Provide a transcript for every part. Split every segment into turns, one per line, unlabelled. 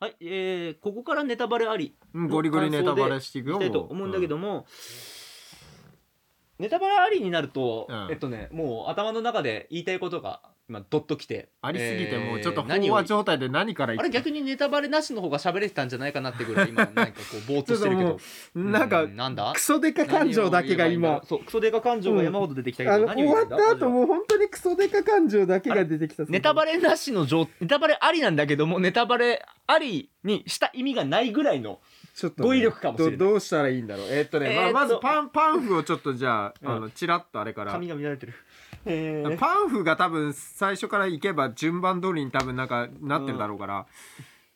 はい、えー、ここからネタバレあり
うんゴリゴリネタバレしていく
し
よ
たいと思うんだけども、ネタバレありになると、
うん
えっとねもう頭の中で言いたいことが今ドッときて
ありすぎてもうちょっと
えー
飽
何を
和状態で何から
あ
言
れ
って
逆にネタバレなしの方が喋れてたんじゃないかなってぐらい今なんかこうぼーっとしてるけ
ちょ
ど
っなんか
うなんだ
クソデカ感情だけが
何を言えばいいんだろ
今
うそうクソデカ感情が山ほど出てきたけど、
あの
何
終
を言
わ
え
っ
ばいいんだ
た後もう本当にクソデカ感情だけが出てきた
ネタバ
レ
レなしの状ネタバレありなんだけどもネタバレありにした意味がないぐらいの
ちょっとね
語彙力かもしれない
どどうしたらいいんだろうえーっとね、まあ
えーっと
まずパンパンフをちょっとじゃあ
うん
あのチラッとあれから
髪が乱れてる、えー
パンフが多分最初から行けば順番通りに多分なんかなってるだろうから、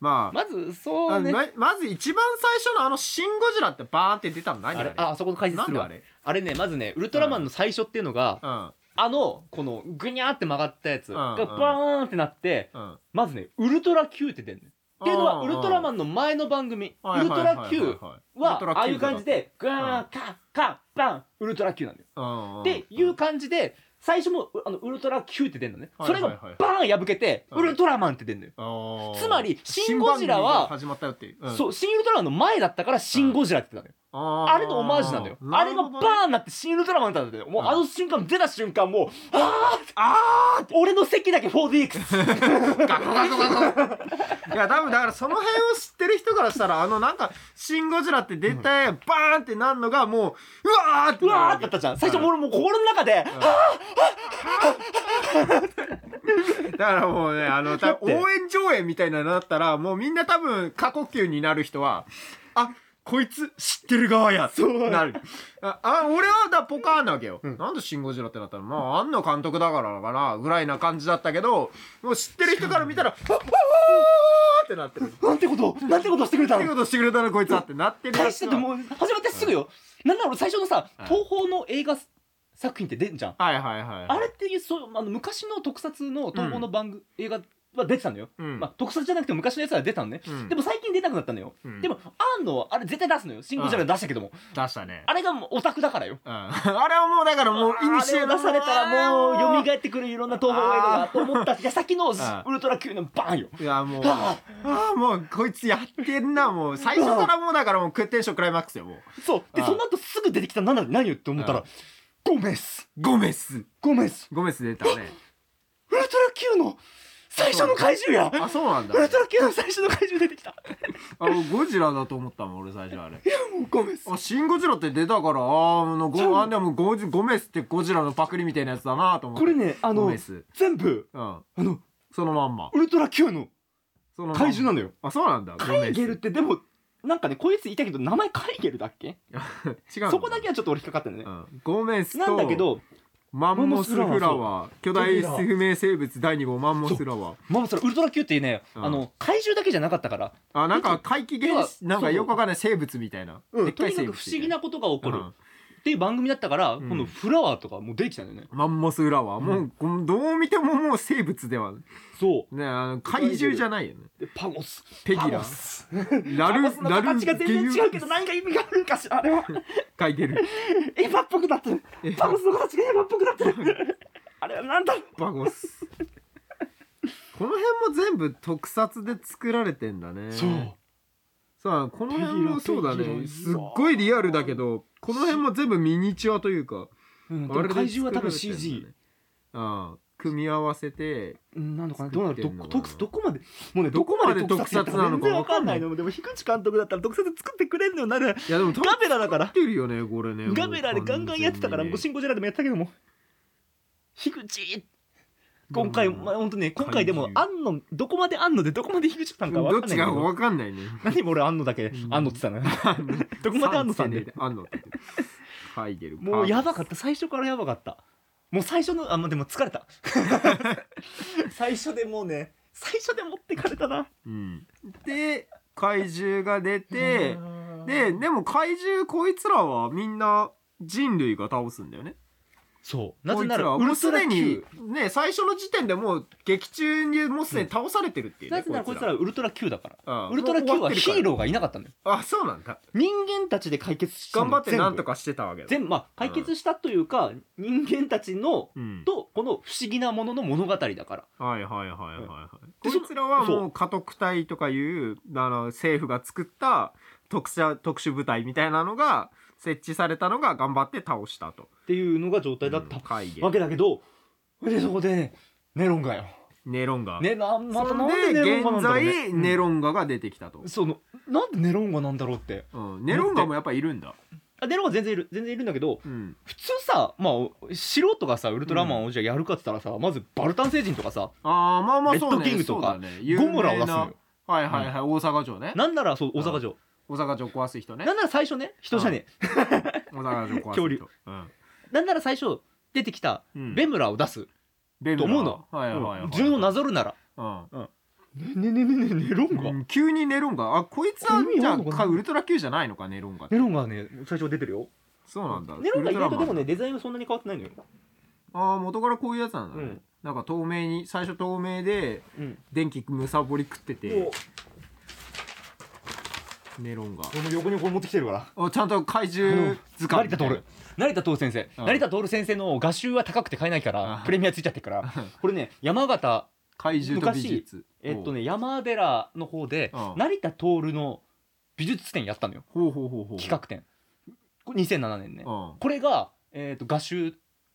まあ
まずそう
あ
ね
ままず一番最初のあの「シン・ゴジラ」ってバーンって出たの何
あ
あ
れ
れ
ああそこの解説
な
する
んで
わ
あ
あれ
れ
ねまずねウルトラマンの最初っていうのが、
うん
あのこのぐにゃーって曲がったやつが
うん
バーンってなって、
うんっ
まずねウルトラ Q って出るのよっていうのはウルトラマン
ン
の前の番組ウルトラ Q はああいう感じでグーンカッカッバンウルトラ Q なんだよっていう感じで最初もうあのウルトラ Q って出るのね
はい
そ
はい
れ
は
が
い
バーン破けて
うん
ウルトラマンって出るのよつまりシンゴジラは
始まったよっていう、うん
そう新ウルトラマンの前だったからシンゴジラって言ったのよ
あー
あれのオマージュなんだよあ
な
れ
る
が
ほ
バ
どね
ーンなって新ウルトラマンだったんだよもう
うん
あの瞬間出た瞬間もうあー
あ
俺の席だけ 4DX
ーガコガコガコいや多分だからその辺を知ってる人からしたらあのなんか「シン・ゴジラ」って出て、バーンってなるのがもううわーって
う
なる
わー
わ
って
け
なったじゃん最初俺もう心の中で
だからもうね、あの、
だ
た
って
応援上映みたいなのだったら、もうみんな多分過呼吸になる人は、あ、こいつ知ってる側や、そうなる。あ、あ俺はだポカーンなわけよ。なんでシンゴジラってなったのまあ、庵野監督だからなのかな、ぐらいな感じだったけど、もう知ってる人から見たら、あ、わーってなってる。っ
なんてことなんてことしてくれた
て
の
ことしてくれたのこいつはってなってるや
大し
つ
て
は
ってもう始まってすぐよなんなら俺最初のさ
うん
東宝の映画作品って出んじゃん
はいはいはい。
あれっていうそうあの昔の特撮の東宝の番組映画は出てたのよ
うん。
まあ特撮じゃなくても昔のやつは出たのね
うん
でも最近出なくなったのよ
うん
でもあんのあれ絶対出すのよシンゴジラ出したけども
出したね。
あれがもうオタクだからよ
うん、 あれはもうだからもうイニシエ
あれを出されたらもう蘇ってくるいろんな東宝映画がと思った矢先のウルトラ Q のバーンよ
いやもう、
は
ああ、もうこいつやってんな、もう最初からもうだからもうクテンションクライマックスよ、もう。
そうで
うん
その後すぐ出てきた何な何よって思った
う
ら
ん
ゴメス
ゴメス。
ゴメス
ゴメス出たね。
ウルトラ Q の最初の怪獣や
あ、そう なんだ
ウ。ルトラ Q の最初の怪獣出てきた
あ、ゴジラだと思ったもん、俺最初あれ。
ゴメス
あ、シンゴジラって出たから、あーあの、
そう
ゴ、あ、でもゴジゴメスってゴジラのパクリみたいなやつだなと思って。
これ、ねあ
ゴ
の
メス。
全部
うん。
あの
そのまんま。
ウルトラ Q の
そのまんま
怪獣なのよ
あ、そうなんだ。ゴ
カ
メ
イ
ス。
ゲルってでもなんかねこいつ言いたけど名前カイゲルだっけ
違うの
そこだけはちょっと俺引っかかったんだよ
う
ね
ん。ゴメスと、
なんだけ、ど
マンモスフラワー、巨大
そう
不明生物第2号マンモスフラワー。
まあそれウルトラ Q ってね
うん
あの怪獣だけじゃなかったから
あなんか怪奇原始
要は
なんかよくわかんない生物みたいな、でっ
と
かい
にかく
生物
不思議なことが起こる
うん
っていう番組だったからこ
ん
のフラワーとかもう出てきたんだよね
マンモス裏はもう、こうどう見てももう生物では
そう
ねあの怪獣じゃないよね
でパゴス
ペギラ
パゴス
ラル
パゴスの
ラル
形が全然違うけど
ゲ
何か意味があるんかしらあれ は
ユ書いてる
エヴァっぽくなってるパゴスの形がエヴァっぽくなって るあれはなんだ
バゴスこの辺も全部特撮で作られてんだねそうだねこの辺もそうだ
ペギ
ね
ラ
すっごいリアルだけどこの辺も全部ミニチュアというか
うんで
あ
も
れで
怪獣は多分
作られてんだ
CG
ねうん組み合わせて
うんなのかなどうなるど
作ってんのかな
どこどこまでもうね
ど
ど
こ
こ
ま
ま
で
で
特
特
撮
撮
な
な
の
の
か
か
わ
わ
か
か
ん
ん
な
ないいのでも樋口監督だったら特撮作ってくれんのよなる
いやでも多分
ガベラだから
ってるよねこれね
ガベラでガンガンやってたからもうシ
し
ンゴジラでもやってたけども樋口今回、
うん
まあ、本当ね今回でも
怪
安野どこまで安野でどこまで樋口さんか
ど
分
っ
かんないん
ち
だ
が
けど
分かんないね
何も俺安野だけ
うん
安野って言ってたのよ どこまで安野さんで
あんのって書いてる
もうやばか
っ
った最初からやばかったもう最初のあまあでも疲れ た最初でもうね最初で持ってかれたな
た、うん、で怪獣が出てででも怪獣こいつらはみんな人類が倒すんだよね
そう。な
な
ぜ
ぜ
な
な
ら、
ら
ウ
もう
ルト
す
ラ
で
Q
に。ね最初の時点でもう劇中にもうすでに倒されてるっていうね、
なぜならこいつ
ら
らウルトラ Q だから。
うん
ウルトラ Q はヒー
もう終わってる
ローがいなかったんだよ。
からあそうなんだ
人間たちで解決した
頑
の
張ってなんと
か。
かしてたわけだ
全部、まあ、解決したというか、人間たちの、
うん、
と、この不思議なものの物語だから。
はいはいはいはいはい。
で
こいつらは
そ
もう家督隊とかいうあの政府が作った特殊特殊部隊みたいなのが設置されたのが頑張って倒したと。
っていうのが状態だった
うん会議
わ。けだけど、で、そこでね、ネロンガよ。
ネロンガ。
ね、な、また
そん
なんで
で
ネロン
現
ガなんだろう、ね。
在ネロンガが出てきたと
うん。その、なんでネロンガなんだろうって。
うんネロンガもやっぱいるんだ。
あネロンガ全然いる、全然いるんだけど、
うん。
普通さ、まあ、素人がさ、ウルトラマンをじゃあやるかって言ったらさ、まずバルタン星人とかさ、
ああまあまあ
レッド
そうね。
キングとか
そうだね
ゴムラを出すのよ。
はいはいはい大阪城ね。
なんなら、そう、大阪城。
大阪城壊す人ね
な。んなら最初ね、人じゃね
大阪城壊す人。
恐竜
うん。
え。なんなら最初、出てきた、
うん
ベムラを出す。
ベムラ
と思うの。
はいはいはい。
順をなぞるなら。
うん。
ねねねねね、ネロンガ。
うん急にネロンガあこいつは
意味
じゃ
あんの
あ
かな
かウルトラ Q じゃないのかネロンガって
ネロンガはね、最初出てるよ。
そうなんだ
ネロンガ
ウ
意
ルトラ
外と
マ
で
ン
もね、デザインはそんなに変わってないのよ。
ああ元からこういうやつなんだね、
うん
なんか透明に最初透明で
うん。
電気むさぼり食ってて
こ
ネロンガ
の横にこれ持ってきてるから。
あちゃんと怪獣図鑑
成田徹成田徹先生、
うん
成田徹先生の画集は高くて買えないから、
うん
プレミアついちゃってるから
うん
これね山形
怪獣と美術
えっとね山寺の方で、
うん
成田徹の美術展やったのよ
ほうほうほうほう
企画展これ2007年ね、
画
これが、えっと画集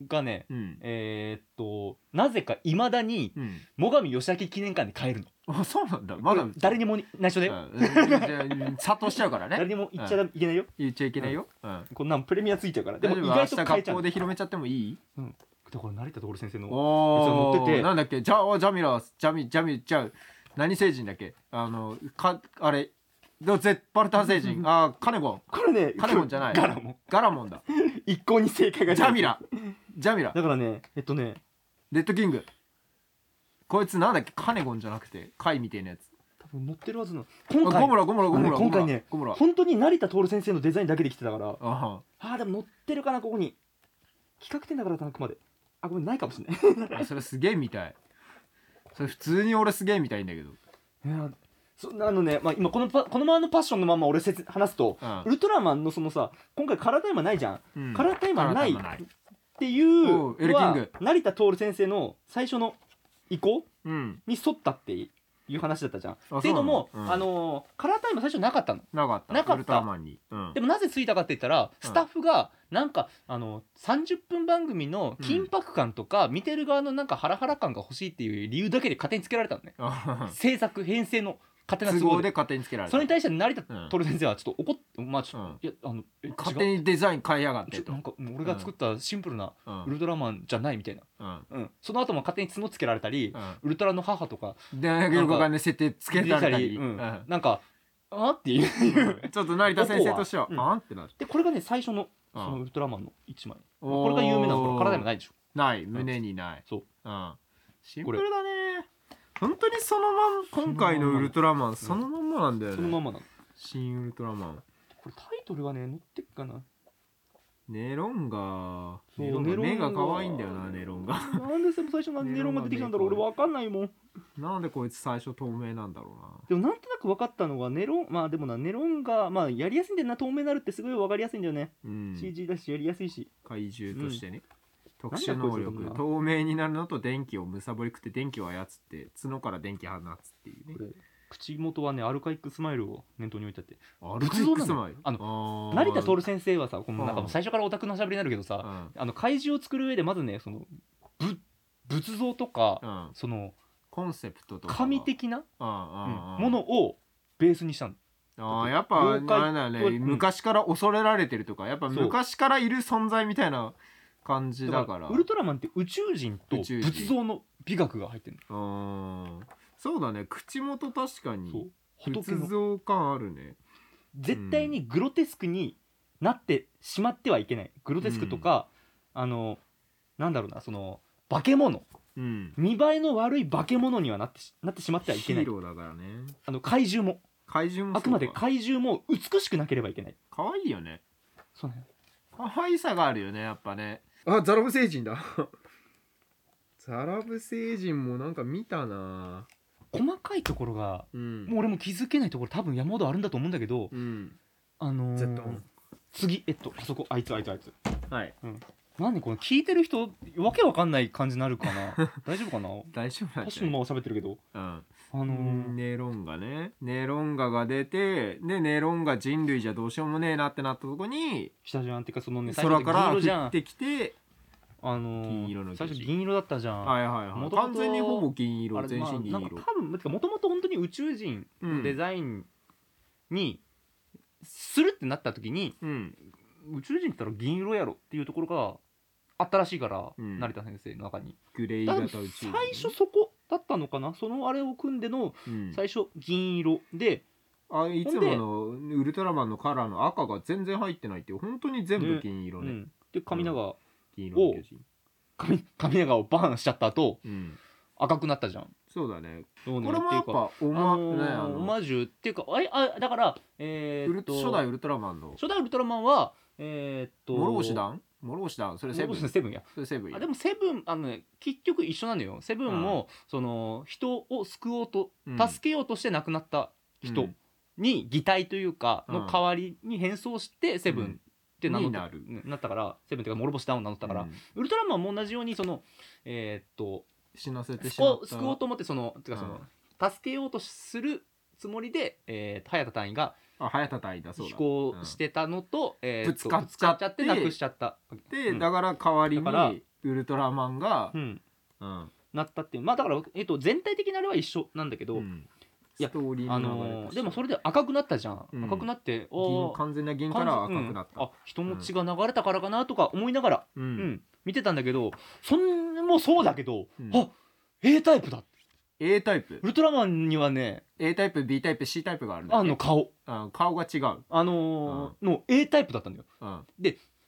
がね
うんうん
えっとなぜかいまだに
うん
最上義明記念館で買えるの
あそうなんだまだ
これ誰にも内緒だ
うん
よ、
うんじゃあうん殺到しちゃうから
誰に
ね
も言っちゃいけないよ、
言っちゃいけないよ、うん、
こんなんプレミアついちゃうからでも
大
意
丈夫
外と
明日
買えちゃ
学
う
校で広めちゃってもいい
だから成田徹先生の
お
やつが載ってて
なんだっけジャジャミラジャミジャミじゃ何星人だっけあのかあれどゼバルタン 星人あカネゴン
これね
カネゴンじゃない
ガラモン
ガラモンだ
一向に正解が
ジャミラジャミラ
だからねえっとね
レッドキングこいつなんだっけカネゴンじゃなくて貝みたいなやつ
多分乗ってるはずの
あ
今
ゴ
回
ムラゴムラゴム
あのね
ラ
今回ね
ゴムラゴム
本当に成田徹先生のデザインだけで来てたから
ラあ
あーでも乗ってるかなここに企画展だからなくまであごめんないかもしれない
ーあそれすげえみたいそれ普通に俺すげえみたいんだけど
いやーそんなあのね、まあ、今このパこのままのパッションのまま俺説話すと
うん
ウルトラマンのそのさ今回カラータイマーないじゃんっ
うん
カラータイマーない
カラータイマー
ていう
おうエルキング
は成田徹先生の最初の意向
うん
に沿ったっていう話だったじゃん。
あ
っていうのも、
そうなのうん
あのーカラータイマー最初なかったの。
なかった
なかった
ウルトラマンにう ん
でもなぜついたかって言ったら
うん
スタッフがなんか、あの30分番組の緊迫感とか、見てる側のなんかハラハラ感が欲しいっていう理由だけで勝手につけられたのね
あ
制作編成の勝手な
都
都合
合
で
で勝手につけられた
それに対して成田
うん
徹先生はちょっと怒ってまあちょっと、
うん
いやあのえ違う
勝手にデザイン変えやがっ
ち
て
ょっと
と
なんかもう俺が作ったシンプルな
うん
ウルトラマンじゃないみたいな、
うん
うんその後も勝手に角つけられたり、ウルトラの母とか
うんでよくわかんない設定つけられたり
う
うんん
なんかあっていう
ちょっと成田先生としては
うん
あんってなる
でこれがね最初のそ
うん
のウルトラマンの一枚、
こ
これが有名なのこれ体にもないいでしょ
ない胸にない
そうん
シンプルだね本当にそのまん今回のウルトラマンそのまんまなんだよ
そのま
ね
まなの
新ウルトラマン
これタイトルがね載ってっかな
ネロンガ
そう
ネロンガ
ネ
目
ロ
が
ンガ
可愛いんだよなネロンガ
なんで最初 なんでネロンが出てきたんだろう
ネ
俺
ロ
わかんないもん
なんでこいつ最初透明なんだろうな
でもなんとなく分かったのがネロンまあでもなネロンがまあやりやすいんだよな透明になるってすごい分かりやすいんだよね、
うん
CG だしやりやすいし
怪獣としてね、特殊
なんだこ
能
いつこんな
力透明になるのと電気をむさぼり食って電気を操って角から電気放つっていうね
これ口元はねアルカイックスマイルを念頭に置いてあって
アルカ
仏
イ
像
ッ
な
ク
の
スマイル
あ
の
成田徹先生はさこのなんかもう
あー
最初からオタクのしゃべりになるけど
う
さ
ん
あの怪獣を作る上でまずねそのぶ仏像とか
うん
その
コンセプトとかは
神的な
うんうんうん
ものをベースにしたの
あーやっぱあれ
妖怪
だよ
とう
ね
ん
昔から恐れられてるとかやっぱ
そう
昔からいる存在みたいな感じだから
ウルトラマンって宇宙人と
宇宙人
仏像の美学が入ってる
うんそうだね口元確か
のそう
に
仏
仏
の
像感あるね
絶対にグロテスクになってしまってはいけないグロテスクとか、あのなんだろうなその化け物
うん
見栄えの悪い化け物にはなってしなってしまってはいけ
ヒ
ない
ーローだからね
あの怪獣も
怪獣も
あ
そ
く
う
ま
か
で怪獣も美しくなければいけない
可愛いよね
そうね
可愛さがあるよねやっぱねあザラブ星人だ ザラブ星人もなんか見たな
細かいところが
うん
もう俺も気づけないところ多分山ほどあるんだと思うんだけど
うん
あのー
ゼットン
次えっとあそこあいつあいつあいつ
はい
何これ聞いてる人わけわかんない感じになるか な大丈夫かな
大丈夫なん
私
じゃ
の
な
ま
い
ま喋ってるけど
うん
あのー
ネロンガねネロンガが出てでネロンガ人類じゃどうしようもねえなってなったとこに
下じゃんっていうかそのね最初
空から
銀
降
色じゃ
っ
ん
てきて
あのー
銀色の巨人
最初銀色だったじゃん、
はいはいは
元
い
々
完全にほぼ
あ
銀色
れ
全身
ま
銀
あ、なん
色
か多分もともと本当に宇宙人のデザインにするってなった時に、
うん
宇宙人って言ったら銀色やろっていうところがあったらしいから、
うん
成田先生の中に
グレー
多分
型宇宙人
最初そこだったのかなそのあれを組んでの
うん
最初銀色で
あいつものウルトラマンのカラーの赤が全然入ってないっていう本当に全部銀色
う
ね
ん、で神長
銀色の巨人
神神長をバーンしちゃった後
うん
赤くなったじゃん。
そうだね
こ
これもやっぱオ
オ
マ
マ,、
ねあ
あのーオ
の
マージュっていうかあれあだから、え
ウ
ー、
ル
っと
初代ウルトラマンの
初代ウルトラマンはえー、っと
諸星団諸星団それセ
セ
ブ
ブ
ン
ンセブンや
それセブン
あでもセブンあの、ね、結局一緒なのよセブンも、その人を救おうと
うん
助けようとして亡くなった人
うん
に擬態というか
うん
の代わりに変装してセブンって名乗っ
にな
た,、
る
なったからセブンっていうか諸星ダウン名乗ったから、
うん
ウルトラマンも同じようにそのえーっと
死なせてし
救
ま
お
っ
う
た
救おうと思ってそのてかその、助けようとするつもりで、えー、早田隊員が
あ早田隊だそうだ
飛行してたのと,、えーと
ぶつかっちゃって
ぶつなくしちゃった、
で
うん
だから代わり
だから
にウルトラマンが
うん、
うん
なったっていうまあだから、えっと、全体的なあれは一緒なんだけど、
うん
いや
ストーリー
あ
の流れ
の
と
ー
して
でもそれで赤くなったじゃん、
うん
赤くなって
銀
おー
完全な銀から赤くなっ
うん
た
あ人の血が流れたからかなとか思いながら、
う
うん
ん
見てたんだけどそんもそうだけど、
うん
あ A タイプだ
A タイプ
ウルトラマンにはね
A タイプ B タイプ C タイプがあるんだ
あの顔
あ顔が違う、
あのーの A タイプだったんだよ
うん、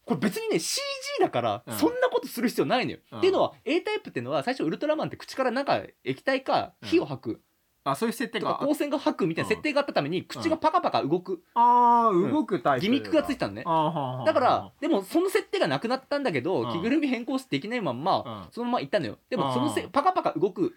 これ別にね CG だから
うん
そんなことする必要ないのよ、
うん
っていうのは A タイプっていうのは最初ウルトラマンって口からなんか液体か火を吐く、
あそういう設定
とか
が
光線が吐くみたいな設定があったために口がパカパカ動く
ああ
うん
動くタイプ、
ギミックがついてたのね
あーはーはーはー
だからでもその設定がなくなったんだけ
うん
ど着ぐるみ変更できないまん
うん
まそのまま行ったのよでもそのせ
うん
パカパカ動く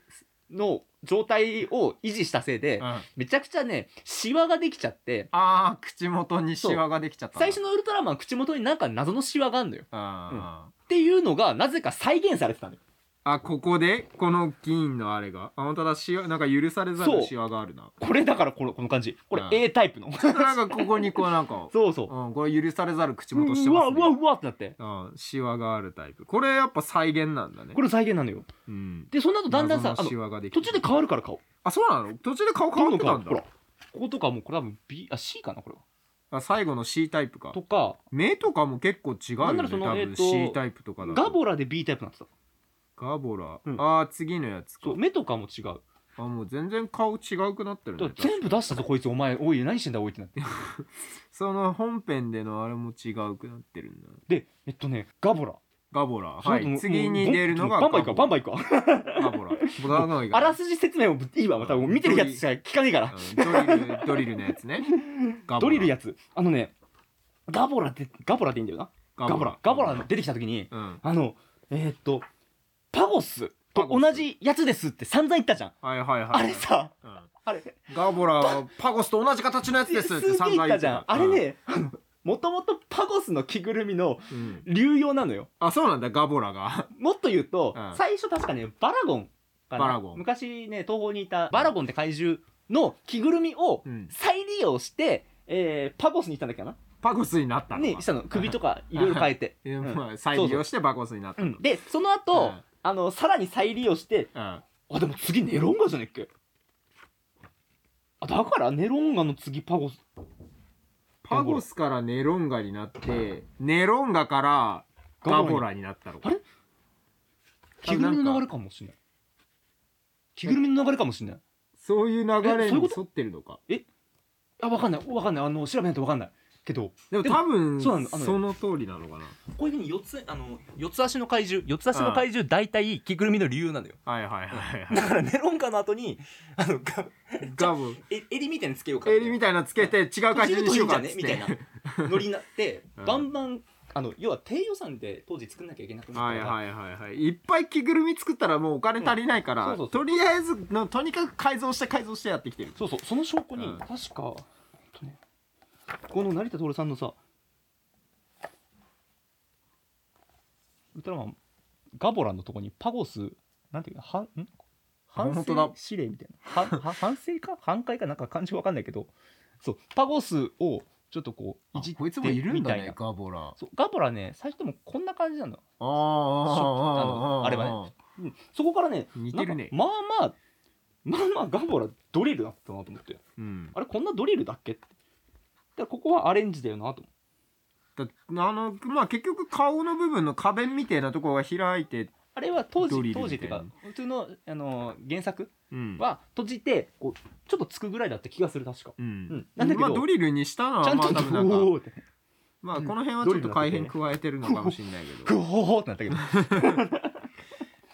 の状態を維持したせいで
うん、あ
めちゃくちゃねシワができちゃって
あー口元にシワができちゃった
最初のウルトラマン口元になんか謎のシワがあるのよ
あ,、うんうん、
っていうのがなぜか再現されてたのよ
あここでこの銀のあれがあ本当だシワなんか許されざるシワがあるな
これだからこのこの感じこれ
うん
A タイプの
なんかここにこうなんか
そうそう
うん、これ許されざる口
う
元して
んう
ま
わう
すね
わうわってなって
うん、シワがあるタイプこれやっぱ再現なんだね
これ再現なのよ
うん
でその後だんだんさ
謎
あ
の
の
シワができ
途中で変わるから顔
あそうなの途中で顔変わってた
どんどん変わ
ん
るほら
だ
こことかもうこれ多分 B あ C かなこれは
あ最後の C タイプか
とか
目とかも結構違うよ
なんなら
ね
その
多
え
分
ーと
C タイプとかだと
ガボラで B タイプになってた
ガボラ、
うん
ああ次のやつか
そう目とかも違うだか
あもう全然顔違うくなってる
ら
ね
全部出したぞこいつお前おい何してんだおいってなって
その本編でのあれも違うくなってるんだ
でえっとねガボラ
ガボラ
その
は
後も
いう次に出るのが
バンバン行くわバンバン行くわ
ガボラガボラ
あらすじ説明をいいわまたもう見てるやつしか聞かねえから
うんドリルドリルのやつねガ
ドリルやつあのねガボラってガボラでいいんだよな
ガ
ガボラガボラの出てきた時に
うん
あのえーっとパゴスと同じやつですって散々言ったじゃん
はいはいはい
あれさ
うん
あれ
ガボラはパゴスと同じ形のやつです
すげ
って
え
散々
言っ
言ったて
じゃん
た
あれ、ねもともとパゴスの着ぐるみの
うんうん
流用なのよ
あそうなんだガボラが
もっと言うと、
うん
最初確かねバラゴンかな
バラゴン
昔ね東方にいたバラゴンって怪獣の着ぐるみを
うん
再利用して、えーパゴスに行ったんだっけか
パゴスになった
な
のか、
にしたの首とかいろいろ変えて
え
うん
まあ再利用してパゴスになった
う
の
んでその後、
うん
あのさらに再利用して
うん
あでも次ネロンガじゃねっけあだからネロンガの次パゴス
パゴスからネロンガになってネロンガからガボラになったの
あれ着ぐるみの流れかもしれない着ぐるみの流れかもしれない
そういう流れ
えそういう
に
こと
沿ってるのか
あわかんないわかんないあの調べないとわかんないけど
でも
でも
多分
そうなのあの
その通りなのかな
こういうふうに四つあの四つ足の怪獣四つ足の怪獣大体着ぐるみの理由なのよ
はいはいは いはい
だからネロンカの後にあのが
ガボ
え襟みたいにつけようか
襟みたいなのつけて違う感じにしようかっ
途
つっ
中でいいんじゃねみたい
て
なノリになって
うん
バンバンあの要は低予算で当時作んなきゃいけなくなっ
はい
たから、
はいはいはいいっぱい着ぐるみ作ったらもうお金足りないから、
うんそうそうそ
とりあえずのとにかく改造して改造してやってきてる
そうそうその証拠に、
うん
確か、えっとね、この成田徹さんのさウルトラマンガボランのとこにパゴスなんていうのはん反
本当だ
省指令みたいなはは反省か反対かなんか漢字わかんないけどそうパゴスをちょっとこういじって
こいつもいるんだ
みたい
ね
な
ガボラあ
そうガボラね最初でもこんな感じなの
あ
のあれはねそこからね
似てるね
なんかまあまあまあまあガボラドリルだったなと思って
うん
あれこんなドリルだっけってだからここはアレンジだよなと思
だあのまあ結局顔の部分の花弁みたいなところが開いて
うあれは当
ドリ
時
ル
当
みた
時
い
っていう
な
か普通の、あのー原作
うん
は閉じてこうちょっとつくぐらいだった気がする確か
うん
うんなんだけど
まあドリルにしたの
ち
は
ゃん
ま
と
あ多分なんか
おーって
まあ
うん
この辺はちょっと改変加えてるのかもしれないけど
グホホってなったけど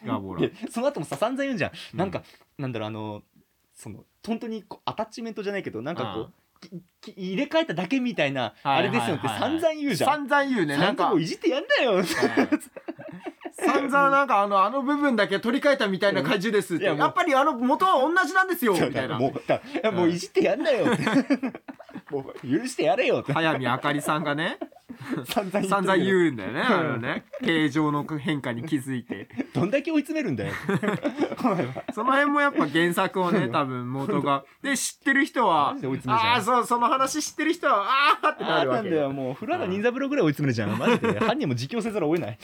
ガボラ
でその後もさ散々言うんじゃん、
うん
なんかなんだろうあのーその本当にこうアタッチメントじゃないけどなんかこう、きき入れ替えただけみたいな
は
あ
いはい
れ
はい
ですよって散々言うじゃん、
散々言うねな
散
んか
々もういじってやんなよ
散々なんかあのあの部分だけ取り替えたみたいな感じですって
いや
や
もう
っぱりあの元は同じなんですよみたいな
もうだいやもういじってやんな よ ってもう許してやれよって
早見あかりさんが ね
散々言
散々
う
言うんだよねあのね形状の変化に気づいて
どんだけ追い詰めるんだ よお前は
その辺もやっぱ原作をね多分元がで知ってる人は
マジで追い詰めるじゃん
ああそうその話知ってる人はああってな
あ
る
な
わ
ん
け
だよもう古畑任三郎ぐらい追い詰めるじゃんマジで犯人も自供せざるを得ない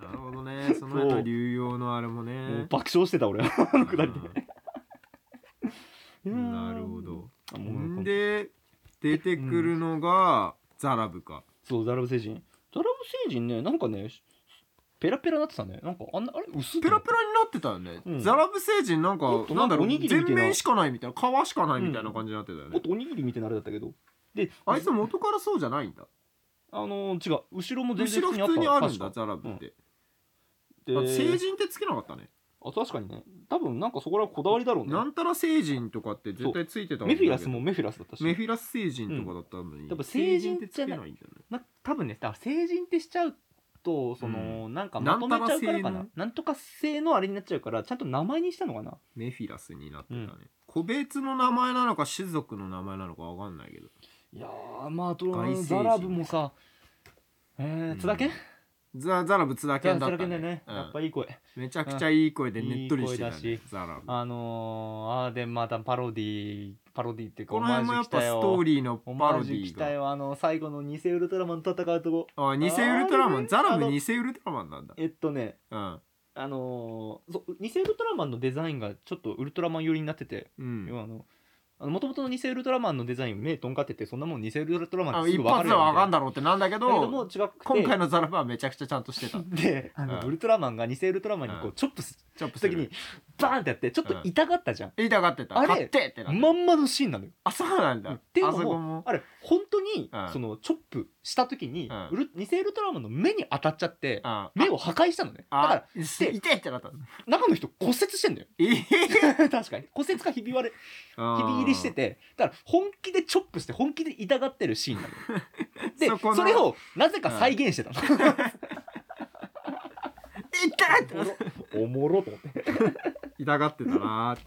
なるほどねその辺の流用のあれ
も
も
う
ね
爆笑してた俺あのくだりで
う
いや
ん
ー
なるほど
あもうなん
ん
か
で出てくるのがザラブか
そうザラブ星人ザラブ星人ねなんかねペラペラなってたねなんかあんなあれ薄い
ペラペラになってたよね、
うん
ザラブ星人なん
もっ
か
となん
な
ん
だ
か
ろう
おにぎりみ
全
たいな
面しかないみたいな皮しかないみたいな感じになってたよね、
もっとおにぎりみたいなあれだったけどで
あいつ元からそうじゃないんだ
あのー違う後ろも全
後
然
ろ普通に
あ
あ
った
るんだ
確か
ザラブって、
で
あ成人ってつけなかったね、
あ確かにね多分なんかそこらこだわりだろうね
なんたら成人とかって絶対ついてたんだ
メ
けど
フィラスもメフィラスだったし
メフィラス星人とかだったのに、
ん多分成人
ってつけないんだよね
な多分ねだから成人ってしちゃうとその、なんかまとめちゃうからか
なんとか性
な
の
なんとか性のあれになっちゃうからちゃんと名前にしたのかな
メフィラスになってたね、
うん
個別の名前なのか種族の名前なのかわかんないけど
いやーまあと
外星人
ザラブもさえー、津田健、
うんザザラブ津田
津
健だっ
田
た
健だ
ね
よね、
うん
やっぱいい声
めちゃくちゃいい声でねっとりしてた、ね、
いい声だし
ザラブ
あのー、あーでまたパロディパロディっていうか
この辺もやっぱストー
リー
リーのパ
オマ
ロ
ー
デ
ジュ来
ィー
た
が
よあの最後の偽ウルトラマンと戦うとこ
あ偽ウルトラマ
あ
ン
ー
ザラ
あ
ブ
の
偽ウルトラマンなんだ
えっとね
うん
あのー、そう偽ウルトラマンのデザインがちょっとウルトラマン寄りになってて、
うん
要はあのあの元々の偽ウルトラマンのデザイン目とんかっててそんなもん偽ウルトラマン
あ
ってす
一
ぐ分か
発
る
ではわかん
んだ
だろうってなんだけ
けども
ど
う違くて
今回のザラブはめちゃくちゃちゃんとしてた
であの、
うん
ウルトラマンが偽ウルトラマンにこ
う
うチョップす
チョップ
る
す
時に
る
バーンってやってちょっと痛がったじゃん、
痛がってた
あれ
買ってってなって
まんまのシーンなのよ
あそうなんだ
っていう
あ
の
そ
も
こも
あれ本当に、
うん
そのチョップした時に、
うん
ウル偽ウルトラマンの目に当たっちゃって、
あ
目を破壊したのねだか
あ
ら
痛い痛いってなった
中の人骨折してん だよ
ええ
確かに骨折かひび割れひび入りしててだから本気でチョップして本気で痛がってるシー ンなのよで
そ
そ
この
れをなぜか再現してたの、
痛いってなった
おもろと 思って
痛がってたなーって、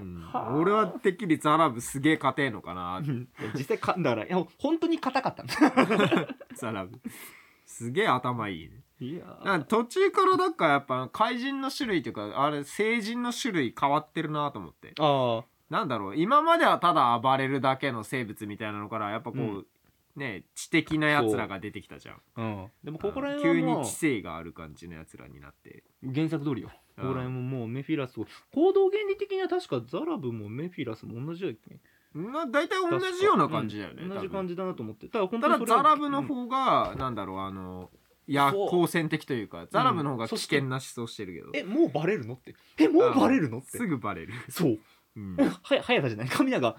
うん
はあ
俺はてっきりザラブすげえ硬えのかなーって
実際かだからいや本当に硬かったの
ザラブすげえ頭いいね
いや
なんか途中からだからやっぱ怪人の種類というかあれ成人の種類変わってるなと思って
あ
なんだろう今まではただ暴れるだけの生物みたいなのからやっぱこう、
うん
ね知的なやつらが出てきたじゃん
あうんでもここら
急
辺は
に
も
知性がある感じのやつらになって
う原作通りよ
う
こ
ん
こら辺ももうメフィラスを行動原理的には確かザラブもメフィラスも同じだよね
な大体同じような感じだよね、
うん同じ
多分
感じだなと思ってただ本
ただ
にそれ
ザ
は
ラブの
うん
方が、なんだろうあのいや
そう
好戦的というかザラブの方が危険な思想してるけど、
えもうバレるのってえもうバレるのって
すぐバレる、
そう
うん
うんは早田じゃない神永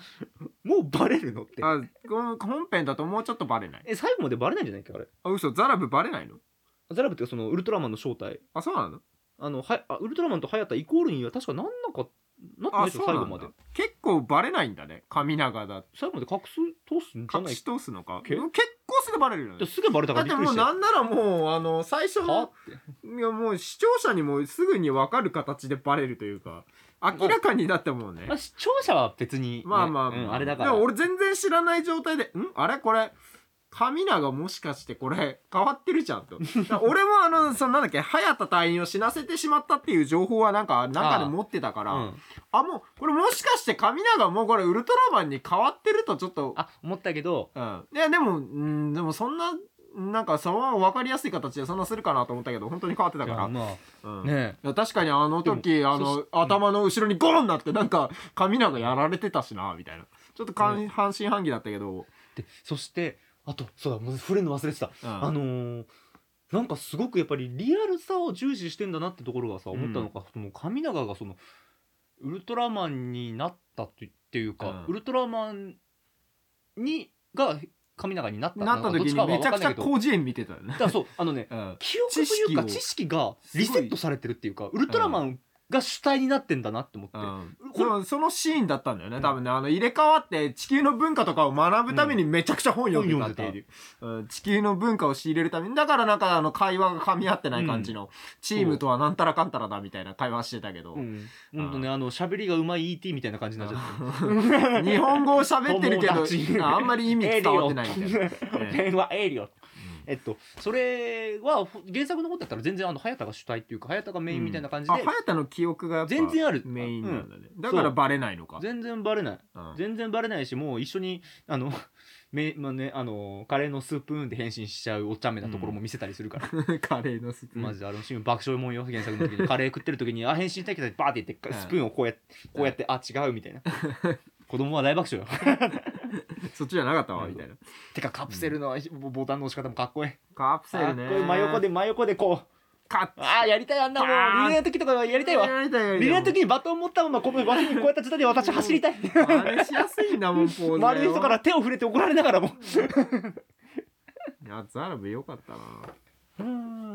もうバレるのって
あこの本編だともうちょっとバレない
え最後までバレないんじゃないっけあれ
あ嘘ザラブバレないの
ザラブっていうかそのウルトラマンの正体
あそうなの
あのはあウルトラマンとハヤタイコールには確かなんなかなってない
あ
でしょ
そう
最
な
後
ん
まで
だ結構バレないんだね神長だ
最後まで隠す通すんじゃ
隠
ない
し通すのか
け
結構バレるよね
で。すぐバレたか
だ
ら
っ
び
て
っくり
も
しては
うなんならもうあの最初の
って
いやもう視聴者にもすぐに分かる形でバレるというか明らかになったもんね
まあ、視聴者は別に、ね、
まあまあま
うんあれだから
でも俺全然知らない状態で「んあれこれ神永もしかしてこれ変わってるじゃん」と俺もあのそのなんだっけ早田隊員を死なせてしまったっていう情報はなんか中で持ってたからあ,、
うん
もうこれもしかして神永もこれウルトラマンに変わってるとちょっと
あ思ったけど
うんいやでもうんでもそんななんかその分かりやすい形でそんなするかなと思ったけど本当に変わってたか
いや
ら、
ま
うん
あね
いや確かにあの時
でも
あ
そ
の
し
頭の後ろにゴーンなってなんか髪なんかやられてたしなみたいなちょっとかん、
ね
半信半疑だったけど、
でそしてあとそうだもう触れるの忘れてた、
うん
あのーなんかすごくやっぱりリアルさを重視してんだなってところがさ
うん
思ったのか、その神永がそのウルトラマンになったってっていうか、
うん
ウルトラマンにが神永になった
なった時にめちゃくちゃ
こう
広辞苑見てたよね
だからそうあのね
うん
記憶というか
知識
知
を
識がリセットされてるっていうかウルトラマンが主体になってんだなって思って、
うん
これ
そのそのシーンだったんだよね、
うん
多分ねあの入れ替わって地球の文化とかを学ぶためにめちゃくちゃ本読んでたっていう、うん地球の文化を仕入れるためにだからなんかあの会話が噛み合ってない感じの、チームとはなんたらかんたらだみたいな会話してたけど、
うん、ほんとねあの喋りがうまい ET みたいな感じになっちゃって
日本語を喋ってるけ
友達
どあんまり意味伝わってないみ たいな。
な。電話エリオ。えっと、それはほ原作のことだったら全然あの早田が主体っていうか早田がメインみたいな感じ
うん
で
あ、早田の記憶がやっぱ
全然ある
メインなんだね、だからバレないのか
全然バレない
うん
全然バレないしもう一緒にあの め、まあね、あのカレーのスプーンで変身しちゃうお茶目なところも見せたりするから、
カレーのスプーン
マジであのシーン爆笑もんよ原作の時にカレー食ってる時にあ変身対決でバーって言って
うん
スプーンをこうやってこうやってあ違うみた いな子供は大爆笑よ
そっちじゃなかったわみたいな
てかカプセルのボタンの押し方もかっこいい
カプセ
か
ル
っこ
ね
いい真横で真横でこう
カッ
ああやりたいあんなも
あー
うリレーの時とかやりたいわ
やりたいやりたい
リレーの時にバトン持ったままこの脇にこうやった状態で私走りたい
真似しやすいんだもんポーズ
周りの人から手を触れて怒られながらも
いやザラブよかったな
あ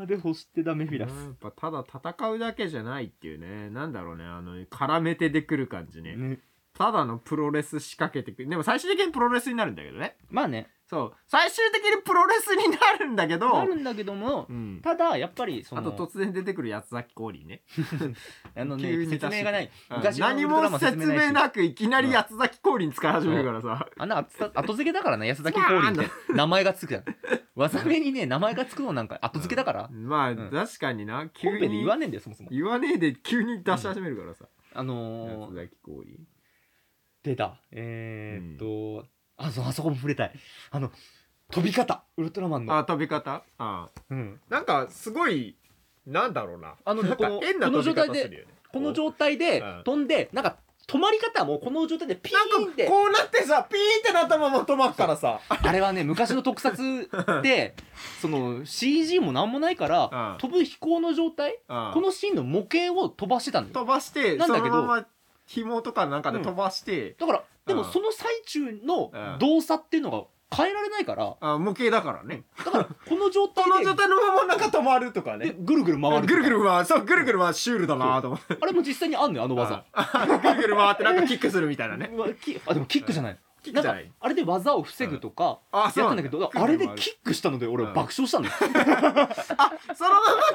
ーでそしてだメフィ
や
ラ
っ
ス
ぱただ戦うだけじゃないっていうねなんだろうねあの絡めてでくる感じね
ね
ただのプロレス仕掛けてくるでも最終的にプロレスになるんだけどね
まあね
そう最終的にプロレスになるんだけど
あるんだけども
うん
ただやっぱりそ
あ
の
と突然出てくる八つ咲き氷ね
あの
急
ね
に出して
説明がない昔のウ
何
ルトラマ
も
ン説
説
明ないし
明なくいきなり八つ咲き氷に使い始めるからさ、
あんな後さ後付けだからね安崎氷って名前がつくじゃん技名にね名前がつくのなんか後付けだから
まあ、
ん
確かにな急
本
に
編で言わねえんだよそもそも
言わねえで急に出し始めるからさ、
あのー
八つ咲き氷
出たえー、っと、あそうあそこも触れたいあの飛び方ウルトラマンの
あ飛び方あ
うん、
なんかすごいなんだろうな
あの
なんか
この
変な
この
飛
状
び
態
方
です
るよね
この状態で
うん
飛んでなんか止まり方もこの状態でピ
なん
ーンっ
か
て
こうなってさピーンってなったまま止まるからさ
あれはね昔の特撮 でその CG も何もないから、
うん
飛ぶ飛行の状態、こ
こ
のシーンの模型を飛ばしてたんだよ
飛ばして
なんだけど
そのまま紐とかなんかで飛ばして、
だからでも
うん
その最中の
うん
動作っていうのが変えられないから
あ模型だからね
だからこの状態
この状
で
態のままなんか止まるとかね
でぐるぐる回る
ぐるぐる回るそうぐるぐる回るシュールだなと思って
あれも実際にあんのよあの技
あぐるぐる回ってなんかキックするみたいなね
うわキあでもキックじゃない
キッ
なん
クじゃ
か
ない
あれで技を防ぐとか
あそう
やっ
な
たん
んだ
だけどあれでキックしたので俺は爆笑したんだよ
そのまま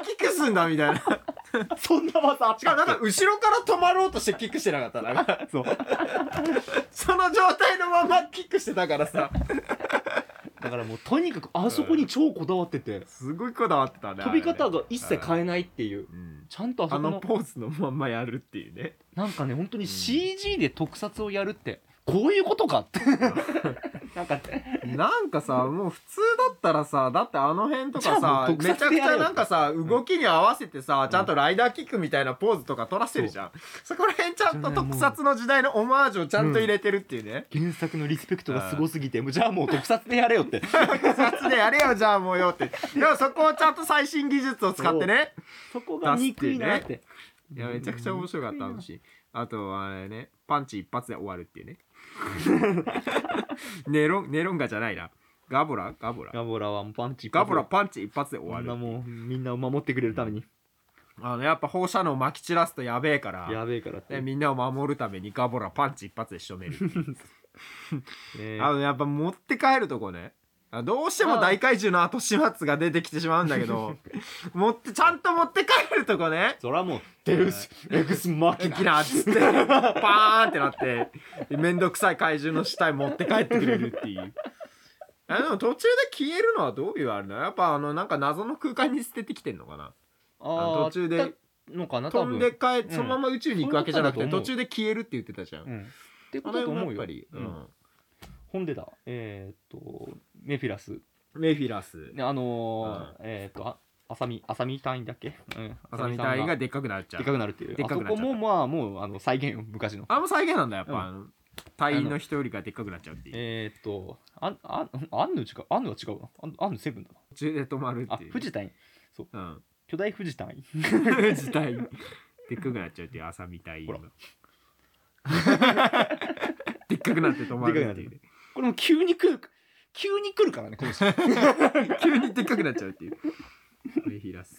キックすんだみたいな
そんな技あっ
しかも
た
な
っ
ん
け
か後ろから止まろうとしてキックしてなかったなん か
そう
その状態のままキックしてたからさ
だからもうとにかくあそこに超こだわってて
すごいこだわってたね
飛び方
あれね
が一切変えないっていう
うん
ちゃんとあそ
あ
こ
の
の
ポーズのまんまやるっていうね
なんかね本当に CG で特撮をやるってこういうことかって なんか
なんかさ、もう普通だったらさ、だってあの辺とか
じゃあも
さ
う、
め
特
ちゃくち
撮
ゃ
でやれよ
なんかさ、動きに合わせてさ、ちゃんとライダーキックみたいなポーズとか取らせてるじゃん。そこら辺ちゃんと特撮の時代のオマージュをちゃんと入れてるっていうね。
原作のリスペクトがすごすぎてもうじゃあもう特撮でやれよって
特撮でやれよ、じゃあもうよ って。でもそこをちゃんと最新技術を使ってね。
そこが憎いなって
いや、めちゃくちゃ面白かった、あのシーン。あと、あれね、パンチ一発で終わるっ ていうね。ネロン、ネロンガじゃないな。ガボラガボラ
ガボラはパンチ
ガボラパンチ一発で終わ
みん
る
な。もうみんなを守ってくれるために
あのやっぱ放射能まき散らすとやべえから
やべえからって
ね
ね
みんなを守るためにガボラパンチ一発で仕留めるあのやっぱ持って帰るとこねあどうしても大怪獣の後始末が出てきてしまうんだけ ど持ってちゃんと持って帰るとこね
それはもうデウスエクスマキ
キ
ナ
ナっつ ってパーンってなって面倒くさい怪獣の死体持って帰ってくれるっていうあでも途中で消えるのはどういうあれだやっぱあのなんか謎の空間に捨ててきてんのかなあの途中で
のかな多
飛ん
分
で
で、
帰
ん
そのまま宇宙に行くわけじゃなく
そう
て
いうことだと思
途
う
中で消えるって言ってたじゃん
うん、ってこ
あ
とだ
れ
と
も
思
や
う
っ
よ
ぱり、
う、
うんん
ほんでだえー、っとメフィラス
メフィラス
ねあのーえー、っとあ浅見浅見単位だっけ、うん、
浅見
さん
隊員がでっかくなっちゃ
でか
う
くなるっていう
でっかくなっちゃ
あ
っ
そ
た
こもまあもうあの再現よ昔の
あれも再現なんだやっぱ、
うん
あの隊員の人よりがでっかくなっちゃうっていう
えー、っとあんあんあんの違うあんのは違うなあんあんのセブンだな
途中で止まる
あ
っていう
富士単位
うん
巨大富士単位
自体でっかくなっちゃうっていう朝みたい
ほら
でっかくなって止まるっていうね
これも急に来る急に来るからねこの人
急にでっかくなっちゃうっていうメフィラス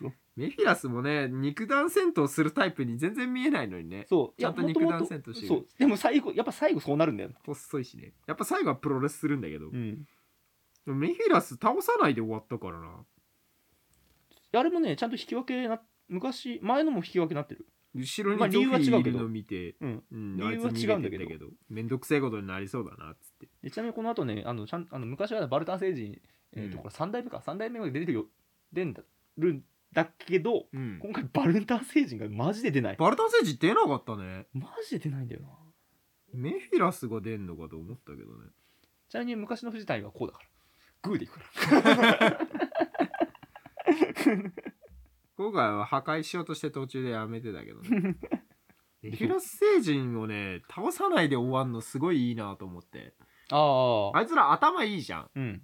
そう
メフィラスもね肉弾戦闘するタイプに全然見えないのにね
そう
ちゃんと肉弾戦闘して
そ
る
うでも最後やっぱ最後そうなるんだよ、
細いしねやっぱ最後はプロレスするんだけど、
ん、
メフィラス倒さないで終わったからな
あれもねちゃんと引き分けな昔前のも引き分けになってる
後ろ
まあ
にゾ
理由
フ
は
ィ
違
ー
う
い
けど
るの見て、
うん
うん
理由は
あいつ逃げて
違うんだけど
っためんどくせえことになりそうだなっつって
でちなみにこの後ねあのちゃんあの昔はバルタン星人、えーと
うん
これ3代目か3代目まで出てるよ出んだるんだけど
うん
今回バルタン星人がマジで出ない
バルタン星人出なかったね
マジで出ないんだよな
メフィラスが出んのかと思ったけどね
ちなみに昔の藤谷はこうだからグーでいくから
今回は破壊しようとして途中でやめてたけど ねメフィラス星人をね倒さないで終わんのすごいいいなと思って
ああ
あいつら頭いいじゃん
うん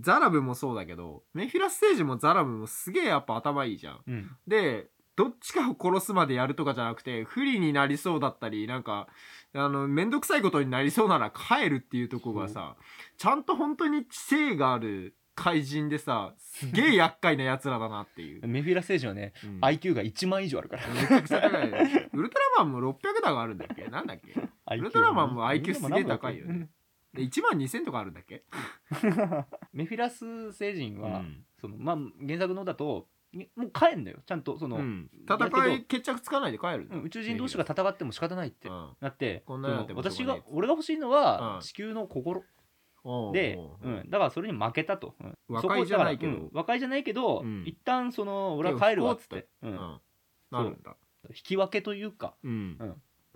ザラブもそうだけどメフィラス星人もザラブもすげえやっぱ頭いいじゃん
うん
でどっちかを殺すまでやるとかじゃなくて不利になりそうだったりなんかあの面倒くさいことになりそうなら帰るっていうとこがさちゃんと本当に知性がある怪人でさすげえ厄介なやつらだなって いう、
メフィラ星人はね、
うん
IQ が1万以上あるから
めちゃくちゃ高いねウルトラマンも600だがあるんだっけなんだっけウルトラマンも IQ すげえ高いよねで1万2000とかあるんだっけ、
メフィラス星人
う
は、
ん
そのまあ原作のだとにもう帰んだよちゃんとその、うん
戦い決着つかないで帰るんだ
宇宙人同士が戦っても仕方ないって
うん
なって
こんなのなんて
その
ことも
私
ね
が俺が欲しいのは、
うん
地球の心
おう
で
お
う
う、
んだからそれに負けたと、うん
和
そこ
解じゃないけど
だからうん和解じゃないけど、
うん
一旦その俺は帰るわっつっ
手を
て、う
うんんなるんだ
引き分けというか
うん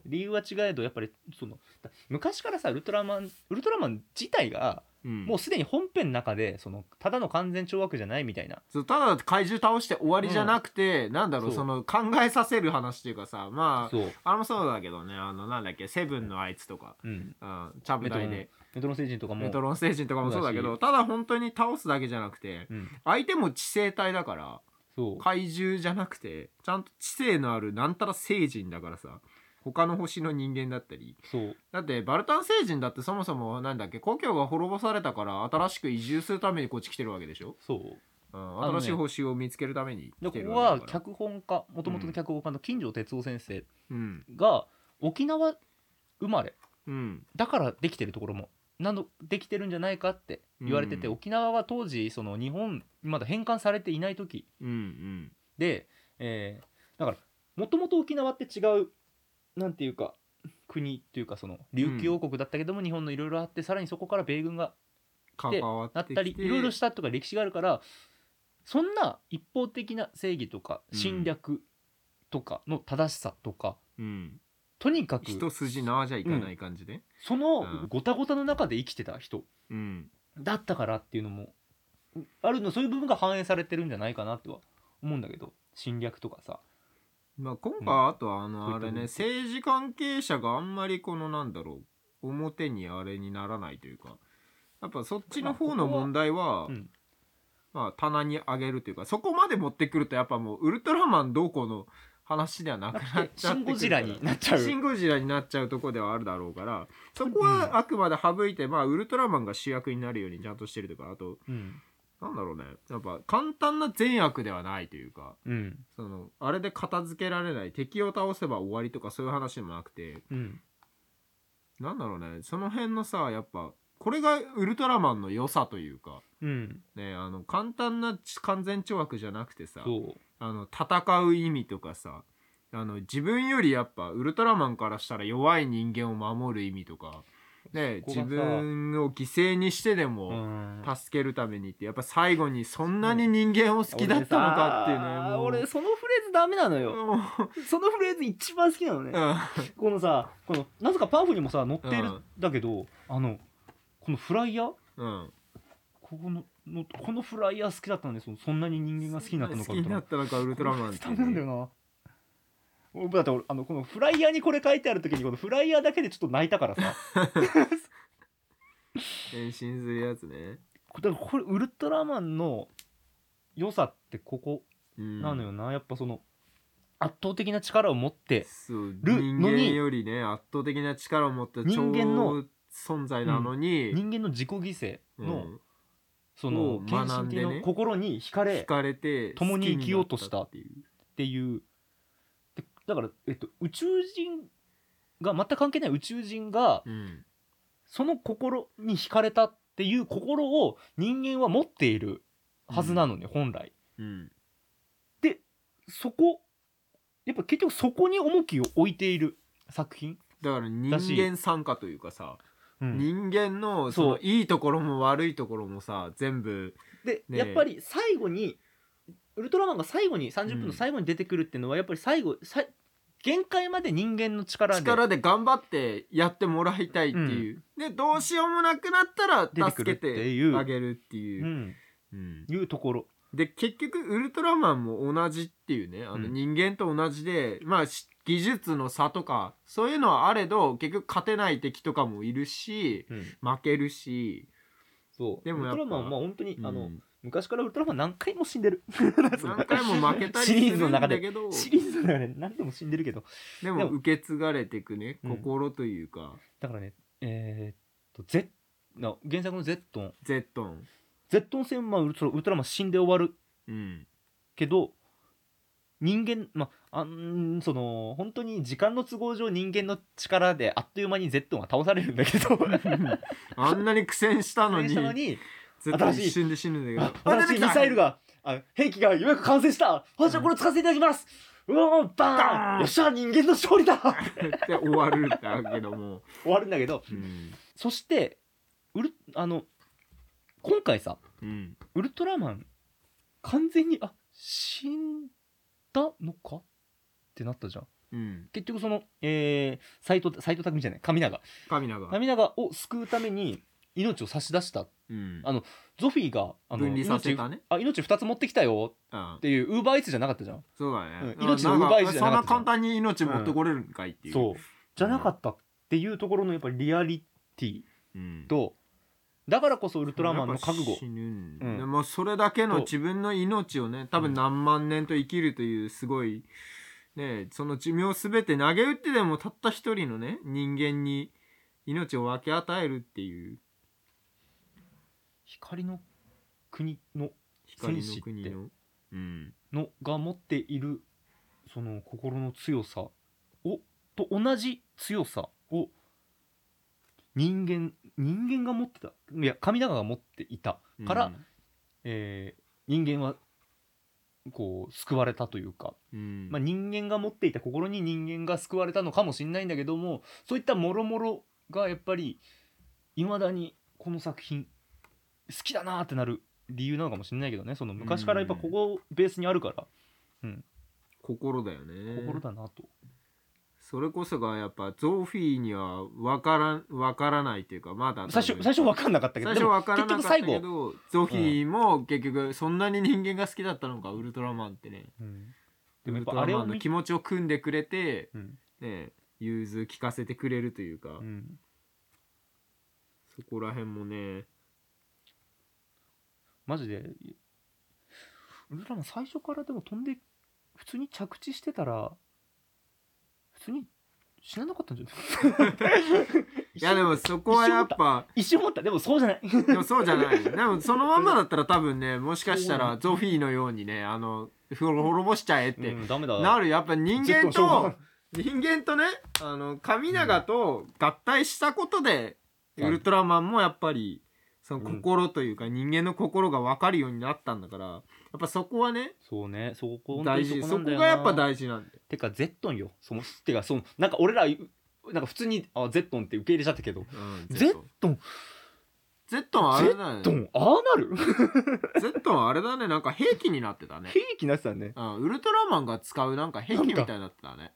理由は違えどやっぱりそのだ昔からさウルトラマンウルトラマン自体がも
も
うすでに本編の中でそのただの完全懲悪じゃないみたいな
うただ怪獣倒して終わりじゃなくて、なんだろう
そう
その考えさせる話っていうかさまあ
そう、
あれもそうだけどねあのなんだっけセブンのあいつとか、
うん、
うん、チャブ台で
メトロ星人とかも
メトロン星人とかもそうだけどただ本当に倒すだけじゃなくて
うん、
相手も知性体だから
そう
怪獣じゃなくてちゃんと知性のあるなんたら星人だからさ他の星の人間だったり
そう
だってバルタン星人だってそもそもなんだっけ故郷が滅ぼされたから新しく移住するためにこっち来てるわけでしょ、
そう
うん、
あのね
新しい星を見つけるために
で
来
こ
てる
こ
わ
は
けだから
脚本家もともとの脚本家の金城哲夫先生
うん
が沖縄生まれ
うん
だからできてるところもなんのできてるんじゃないかって言われてて、
うん
沖縄は当時その日本まだ返還されていない時
うんうん
で、えーだからもともと沖縄って違うなんていうか国っていうかその琉球王国だったけども、日本のいろいろあってさらにそこから米軍が
関わ
な
っ
って
き
た
て
りいろいろしたとか歴史があるからそんな一方的な正義とか
うん
侵略とかの正しさとか、
うん、
とにかく
一筋縄じゃいかない感じで、
その
うん
ごたごたの中で生きてた人
うん
だったからっていうのもあるのそういう部分が反映されてるんじゃないかなとは思うんだけど侵略とか さ
まあ、今回あとはあ
うん
のあれ
こうい
ね
ったこ
政治関係者があんまりこのなんだろう表にあれにならないというかやっぱそっちの方の問題は、
うん
まあ、棚に上げるというかそこまで持ってくるとやっぱもうウルトラマンどうこうの話ではなくなっちゃ
シン・
ってくる
ゴジラになっちゃう
シン・ゴジラになっちゃうとこではあるだろうからそこはあくまで省いて、まあ、ウルトラマンが主役になるようにちゃんとしてるとかあと
うん
なんだろうねやっぱ簡単な善悪ではないというか
うん
そのあれで片付けられない敵を倒せば終わりとかそういう話でもなくて
うん
なんだろうねその辺のさやっぱこれがウルトラマンの良さというか、
うん
ね、あの簡単なち完全懲悪じゃなくてさ
そう
あの戦う意味とかさあの自分よりやっぱウルトラマンからしたら弱い人間を守る意味とか、ね、
そこ
自
がさ
分を犠牲にしてで
う
も
ん
助けるためにってやっぱ最後にそんなに人間を好きだったのかっていうねもう
俺さ俺そのフレーズダメなのよそのフレーズ一番好きなのね
うん
このさこのなぜかパンフにもさ載ってる
うんん
だけどあのこのフライヤー
うん
ここののこのフライヤー好きだったのでそのそんなに人間 が好きになったのか
好きになったのかウルトラマンっ
ス
て
タ
ね
メなんだよな俺だって俺あのこのフライヤーにこれ書いてある時にこのフライヤー だけでちょっと泣いたからさ
変身するやつね、
こだからこれウルトラマンの良さってここ
うん、
なのよな、やっぱその圧倒的な力を持って
そう
る
人
のに
間よりね圧倒的な力を持った
人間の
超存在なのに、
人間の自己犠牲の、
うん
その
を
献
学
身
ん
的
でね
の心に惹かれ
惹かれて
共に生きようとした
好きになっ
っていうでだから、えっと、宇宙人が全く関係ない宇宙人が
たっていう、
その心に惹かれたっていう心を人間は持っているはずなのね、本来
うんうん、
そこやっぱ結局そこに重きを置いている作品、
だから人
だし
間参加というかさ、
うん
人間
そう
のそのいいところも悪いところもさ全部
で、
ねえ
やっぱり最後にウルトラマンが最後に30分
う
の
ん
最後に出てくるっていうのはやっぱり最後さ限界まで人間の力で
力で頑張ってやってもらいたいっていう、でどうしようもなくなった
出て
ら
く
助
る
け
っていう
てあげるっていう
う。ん、
うん
いうところ
で結局ウルトラマンも同じっていうねあ
う
の
ん
人間と同じで、まあし技術の差とかそういうのはあれど結局勝てない敵とかもいるし負けるし、
そう
でも
ウル
やっ
トラ
ぱ
マンはまあ本当に、
うん
あの昔からウルトラマン何回も死んでる
何回も負けたりす
シリーズ
る
の
ん
中
だ
で
けど
シリーズの中で何度も死んでるけど
で
で
も
も
受け継がれていくね
うん
心というか、
だからねえーっと Z な原作のゼットン
ゼットン、
ゼットン戦はウルトラウルトラマン死んで終わる
うん、
けど人間まああんその本当に時間の都合上人間の力であっという間にゼットンは倒されるんだけど
あんなに苦戦したのに
なのに
絶対
新しい
一瞬で死ぬんだけど
私ミサイル があ兵器がようやく完成した私はこれを使わせていただきます、うおーバー
バー
ン
ン
よっしゃ人間の勝利だ
って終わるんだけども、
終わるんだけど
うん
そしてウルあの今回さ
うん、
ウルトラマン完全にあ死んだのかってなったじゃん
うん、
結局その、えー、斎藤斎藤匠じゃない神永
神永、
神永を救うために命を差し出した
うん
あ、ゾフィーがあの
分離させたね
命あ命2つ持ってきたよ
うん
っていうウーバーイーツじゃなかったじゃん
そうだね、
うん命の奪い合いじゃなかった
そんな簡単に命持ってこれるんかいっていう、
そうじゃなかったっていうところのやっぱりリアリティ
うん
とだからこそウルトラマンの覚
や
悟
っぱ死ぬん
うん
でもそれだけ
そう
の自分の命をね多分何万年と生きるというすごいねその寿命すべて投げ打ってでもたった一人のね人間に命を分け与えるっていう
光の国の戦
光
士っ
の
て
国の、うん、
のが持っているその心の強さをと同じ強さを人間人間が持ってたいや神永が持っていたから、えー人間はこう救われたというか、
うん、うん
まあ、人間が持っていた心に人間が救われたのかもしれないんだけどもそういったもろもろがやっぱりいまだにこの作品好きだなーってなる理由なのかもしれないけどねその昔からやっぱここをベースにあるから、
心だよね
心だなと。
それこそがやっぱゾフィーには分からん分からないというかまだ多分
最初最初分かんなかったけど、
最初分からなかったけ
でも結局最
どゾフィーも結局そんなに人間が好きだったのかウルトラマンってね
でもやっ
ウルト
ぱあ
ラ
れ
マ
を
ンの
見
気持ちを組んでくれて
うん
ね融通聞かせてくれるというか、
うん
そこら辺もね
マジでウルトラマン最初からでも飛んで普通に着地してたら普通に死ななかったんじゃない
いやでもそこはやっぱ
一瞬思ったでもそうじゃない
でもそうじゃないでもそのまんまだったら多分ねもしかしたらゾフィーのようにねあの滅ぼしちゃえっ
う
て
んダメだ
なるやっぱ人間
ちょっしょうがな
と
い
人間とねあの神永と合体したことでウルトラマンもやっぱりその心というか人間の心が分かるようになったんだからやっぱそこはね
そうねそこ
大
本
事
当
そこ
になんだよな
がやっぱ大事なんだよ
てかゼットンよそのてかそのなんか俺らうなんか普通にあゼットンって受け入れちゃったけど
うん
ゼットン
ゼットンあれだね
ゼットンああなる
ゼットンあれだねなんか兵器になってたね
兵器になってたね
うんウルトラマンが使うなんか兵器みたいになってた ね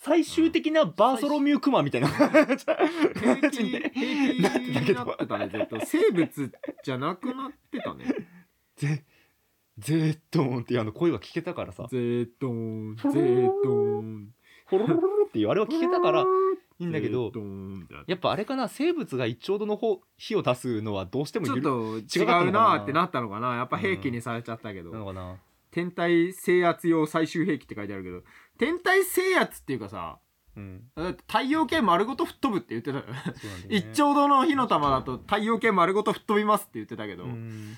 最終的なバーソロミュークマみたいな
兵
感
器
じで
兵器
なってたけ
にな
ど
ってたねゼットン生物じゃなくなってたね
ゼゼットンっていうあの声が聞けたからさ
ゼットンゼットン
ホロロロロっていうあれは聞けたからいい
い
んだけど
ゼットンってなって
やっぱあれかな生物が一丁度の方火を出すのはどうしても
ち
許
ょっ
な
と違うなーってなったのかなやっぱ兵器にされちゃったけど、
のかな
天体制圧用最終兵器って書いてあるけど天体制圧っていうかさ
うん
だって太陽系丸ごと吹っ飛ぶって言ってたよね
そうなんだよね
一丁度の火の玉だと太陽系丸ごと吹っ飛びますって言ってたけど、う
うんん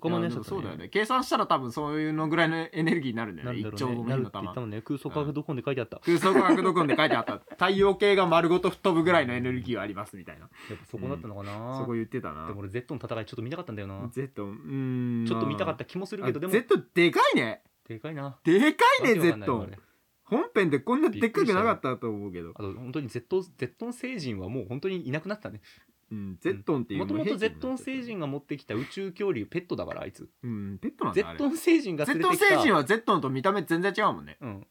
他も
い
ね
やでもそうだよね計算したら多分そういうのぐらいのエネルギーになるんだよ
な
ね
んだ
一
ろ
丁
う
度
ねなる
の火の
って言
玉
ったもんね空想科学どこで書いてあった
空想科学ドコンで書いてあった太陽系が丸ごと吹っ飛ぶぐらいのエネルギーはありますみた いな
やっぱそこだったのかな
そこ言ってたな
でも俺 Z の戦いちょっと見たかったんだよな
Z うーん
ちょっと見たかったた気もするけどでも
Z でかいね
でかいな
でかいね
わけわかんない
Z
わあれ
本編でこんなでっかくなかったと思うけど
あ、と本当に Z, Z の星人はもう本当にいなくなったね
うん、ゼットンっていう
もともと
兵器になって
Z
る
の星人が持ってきた宇宙恐竜ペットだからあいつ
うんペットなん
Z
だあれ
の星人が連
Z
れ
の
てきた
星人は Z と見た目全然違うもんね、
うん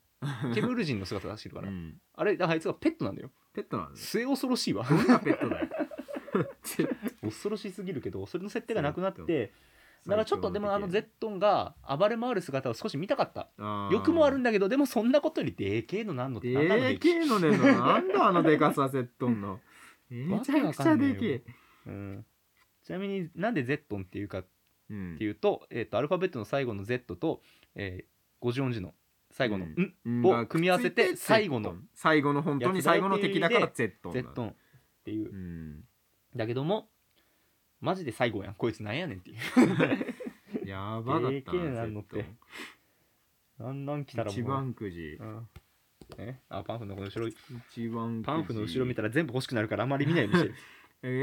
ケムール人の姿出してるか
う
ら
ん、
あれだからあいつがペットなんだよ
ペットなんだね
末恐ろしいわ
どんなペットだ よ Z
恐ろしすぎるけどそれの設定がなくなっ
そう
てだからちょっとでもあのゼットンが暴れ回る姿を少し見たかった
あー
欲もあるんだけどでもそんなことよりでけえのなんのってなんだろう
で
ね
けえのねんのなんだあのでかさ Z のめちゃくちゃでけ
わ
え
うんちなみになんでゼットンっていうかっ
うん
ていうと,、えー、とアルファベットの最後の Z と、えー、54字の最後の「
うん
ん」
うん
を組み合わせて
がくっつい
最後の
Z 最後の本当に最後の敵だから
や
Z なんだ
ゼットンっていううんだけどもマジで最後やんこいつなんやねんっていう
やばかっ
で
た
けえなのって
Z
なんなん来たらもう
一番くじ
うんね、あパンフのこの後ろ
一番くじ
パンフの後ろ見たら全部欲しくなるからあんまり見ないように してる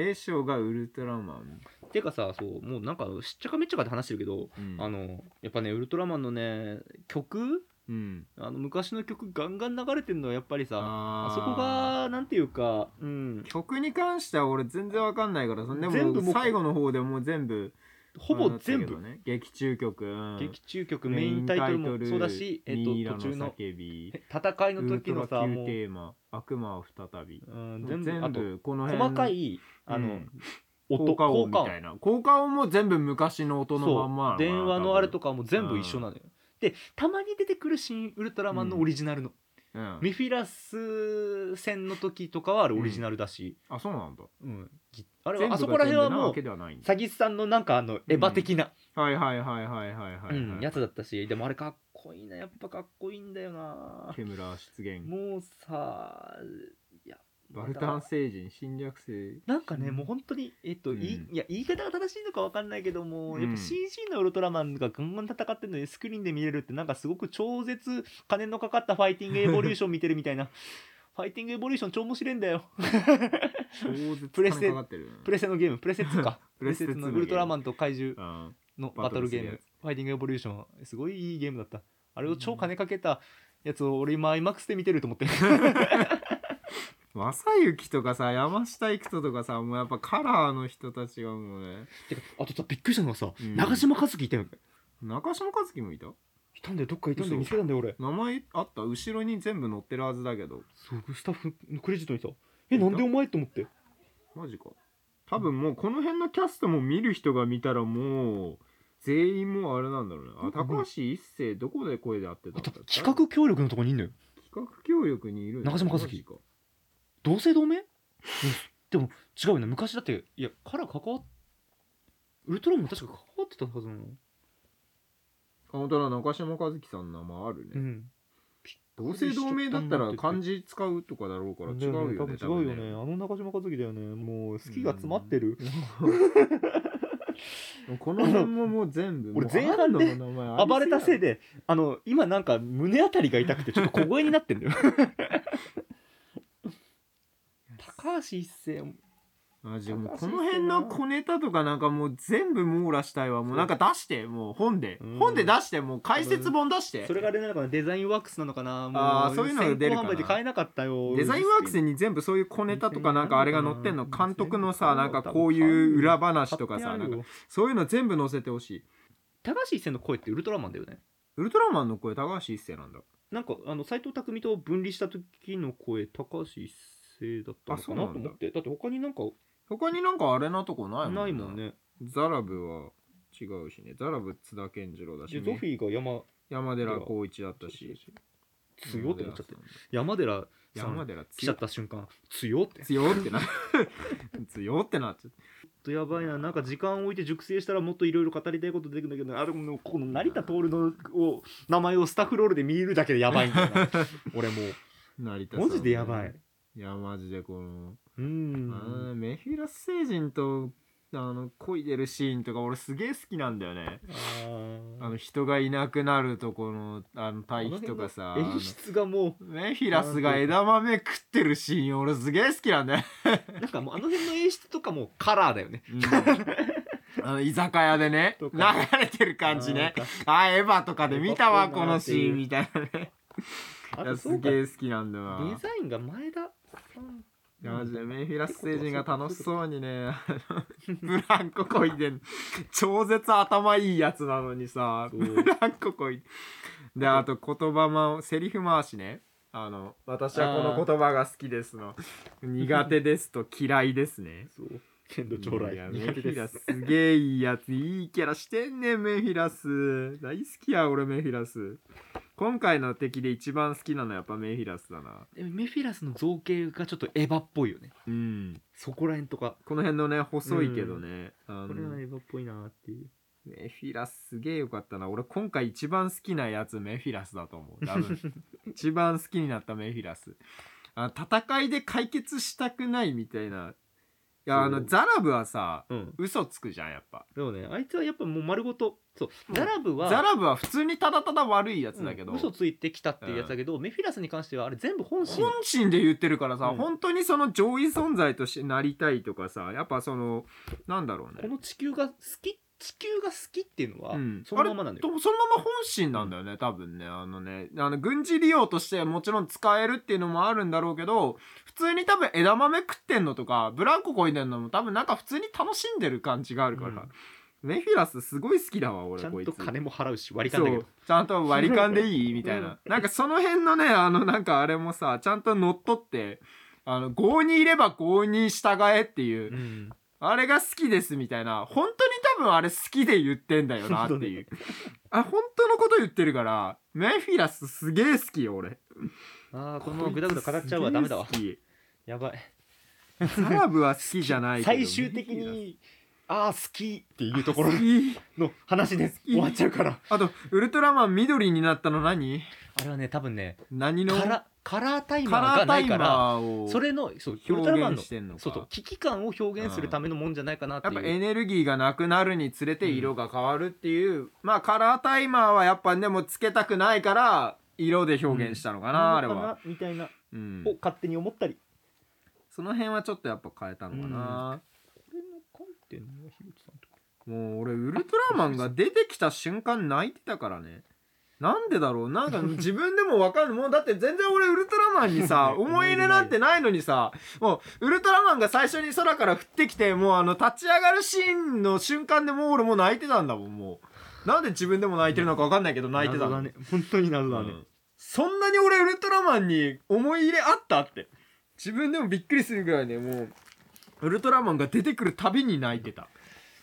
A 賞がウルトラマン、
ていうかさそうもうなんかしっちゃかめっちゃかって話してるけど、
うん
あのやっぱねウルトラマンのね曲
うん、
あの昔の曲ガンガン流れてるのはやっぱりさ
あ
あ
ー
そこがなんていうか、うん、
曲に関しては俺全然わかんないからさで
全部も
も
う
最後の方でもう全部
ほぼ全
あれだったけど
部、
ね劇中曲、うん
劇中曲メインタイトルもそうだし、えっと
ミイラ
途中の
叫び
え戦い
ウ
の
ル
時
ト
の
ラ
さ
Q
もう、
テーマ悪魔は再び
うん、全
全
部
部
あと
この辺
細かいあの、
うん
音
効果音み
効
たいな効果音も全部昔の音のまんまな
そう
のかな
電話のあれと
か、
かも全部一緒なのよ、でたまに出てくるシーンウルトラマンのオリジナルの、
うん
ミフィラス戦の時とかはあれオリジナルだし、
あそうなんだ
うんぎあれ
全
は
部が
あそこら辺は
全部な
も
わ
う
けではないんだ
詐欺師さんのなんかあのエヴァ的な、
はいはいはいはいはいはい、はい
うんやつだったしでもあれかっこいいなやっぱかっこいいんだよな
ケムラ出現
もうさいや
バルタン星人侵略性
なんかねもう本当にえっと、い
うん
いや言い方が正しいのかわかんないけども、
うん
やっぱ CG のウルトラマンがガンガン戦ってるのにスクリーンで見れるってなんかすごく超絶金のかかったファイティングエボリューション見てるみ たいなファイティングエボリューション超面白いんだよ
超絶
プレステ
金かかってるよね
プレセのゲームプレセ2か
プレステ
の
2
ウルトラマンと怪獣
うん
の
バ
バ
ト
ト
ル
ル
す
ゲ
る
ー
やつ
ム「ファイティングエボリューション」すごいいいゲームだったあれを超金かけたやつを俺今 IMAX で見てると思って
正幸とかさ山下育人とかさもうやっぱカラーの人たちがもうね
てかあとさびっくりしたのはさ、
うん
長嶋一樹いたよね
中島和樹もいた
いたんだよどっかいたんだ
嘘
よ見つけたんだよ俺
名前あった後ろに全部載ってるはずだけど
そうスタッフのクレジットにさえなんでお前と思って
マジか多分もうこの辺のキャストも見る人が見たらもう全員もうあれなんだろうねあ
なんか
高
ね
橋一生どこで声で合ってた
あ
んだ
と
っ
企画協力のとこにいんのよ
企画協力にいるんだ
中島和樹
マジか
同姓同名うんでも違うよね昔だっていやカラー関わっウルトラマン確か関わってたはずなの
あ本当だ中島和樹さんの名前あるね、
うん
同姓同名だったら漢字使うとかだろうから違うよね
多分違うよねあの中島和樹だよねもう好きが詰まってる
多分ねこの辺ももう全部
俺前半で 暴れたせい
で
であの今なんか胸あたりが痛くてちょっと小 声になってんだよ高橋一生
マジでもう
高橋
この辺の小ネタとかなんかもう全部網羅したいわもうなんか出してもう本で
うん
本で出してもう解説本出して
それがあれなのかなデザインワークスなのかなも
あーそういうのが出るか
先行
な
販売で買えなかったよ
デザインワークスに全部そういう小ネタとかなんかあれが載ってんの監督のさなんかこういう裏話とかさなんかそういうの全部載せてほしい
高橋一生の声ってウルトラマンだよね
ウルトラマンの声高橋一生なんだ
なんかあの斎藤匠と分離した時の声高橋一生だったのか
あそう
な
なんだ
と思ってだって他になんか
他になんかあれなとこないもん
ないもんね
ザラブは違うしねザラブ津田健次郎だし、
でゾフ
ね、
ィーが山
山寺宏一だったし
強って思っちゃって山寺さ
山
ん
寺
来ちゃ
強
った瞬間強って
強ってな 強ってなっちゃっ
ちょっとやばいななんか時間を置いて熟成したらもっといろいろ語りたいこと出てくるんだけどあれもうこの成田徹のを名前をスタッフロールで見るだけでやばいんだよ な俺も
た成田
う
さんね
マジでやばい
いやマジでこの、
うー
あ
ん
ーメフィラス星人とあの恋でるシーンとか俺すげえ好きなんだよね
あ
あ
ー
の人がいなくなるとこのあの
あ
対
の
比とかさ
辺の演出がも
あのメフィラスが枝豆食ってるシーン俺すげえ好きなんだよ
うなんかもうあの辺の演出とかもカラーだよね
あの居酒屋でね
と
流
か
れてる感じね
なんか
あエヴァとかで見たわ
エヴァっぽ
こ
いな
の
ーって
シ
いう
ーンみたいなね
あ
いや
とそ
す
うか
げ
デ
え好きなんだよな
ザインが前田さん
いやマジでメンフィラス星人が楽しそうにねあのブランコこいでん超絶頭いいやつなのにさ
そ
ブ
う
ランコこいであと言葉もセリフ回しねあの私はこの言葉が好きですの苦手ですと嫌いですね
そう剣道将来
いやメ
苦
ンフ
手
ィ
で
ラ
す
スすげえいいやついいキャラしてんねんメンフィラス大好きや俺メンフィラス今回の敵で一番好きなのはやっぱメンフィラスだな
でもメフィラスの造形がちょっとエヴァっぽいよね
うん
そこら辺とか
この辺のね細いけどね、あ
これは
の
エヴァっぽいなっていう
メフィラスすげえよかったな俺今回一番好きなやつメフィラスだと思う多分 一番好きになったメフィラスあ戦いで解決したくないみたいないやあ
そ
の
う
ザラブはさ
うん
嘘つくじゃんやっぱ
でもねあいつはやっぱもう丸ごとそう
うん
ザラブは
ザラブは普通にただただ悪いやつだけど、
うん嘘ついてきたっていうやつだけど、メフィラスに関してはあれ全部本心
本心で言ってるからさ、
うん
本当にその上位存在としてなりたいとかさやっぱそのなんだろう
こ
ね
の地球が好き地球が好きっていうのは、
うん
そのままなんだ
と
よ
そのまま本心なんだよね多分ねあのねあの軍事利用としてもちろん使えるっていうのもあるんだろうけど普通に多分枝豆食ってんのとかブランコこいでんのも多分なんか普通に楽しんでる感じがあるから、
うん
メフィラスすごい好きだわ俺
ちゃ
こ
ん
いつ
と金も払うし割り勘だけ
そうちゃんと割り勘でいいみたいな、なんかその辺のねあのなんかあれもさちゃんと乗っ取ってあの合にいれば合に従えっていう、
ど、うん
あれが好きですみたいな本当に多分あれ好きで言ってんだよなっていうあ本当のこと言ってるからメフィラスすげえ好きよ俺
ああこのままグダグダ語っちゃうわダメだわ
こい
やばい
つすげえ好きサラブは好きじゃないけど
最終的にああ好きっていうところ
好き
の話で
き
終わっちゃうから
あとウルトラマン緑になったの何
あれはね多分ね
何の
カラカラータイ
カ
マー
ラ
が
ータ
ない
イ
から
マーを
それのそうウルトラマン
表現
の
してんのか
そうそう危機感を表現するためのもんじゃないかなって
や
い
っ
う、
ぱエネルギーがなくなるにつれて色が変わるっていう、まあカラータイマーはやっぱでもつけたくないから色で表現したのかな、あれ
なのか
は、
なみたいな
うん
を、勝手に思ったり、
その辺はちょっとやっぱ変えたのかな、
これの観点はひろきさんとか
もう俺ウルトラマンが出てきた瞬間泣いてたからねなんでだろうなんか自分でもわかんないもうだって全然俺ウルトラマンにさ思い入れ なんてないのにさもうウルトラマンが最初に空から降ってきてもうあの立ち上がるシーンの瞬間でもう俺もう泣いてたんだもんもうなんで自分でも泣いてるのかわかんないけど泣いてた
謎だ
の
ね本当に謎だね、
うんそんなに俺ウルトラマンに思い入れあったって自分でもびっくりするぐらいねもうウルトラマンが出てくるたびに泣いてた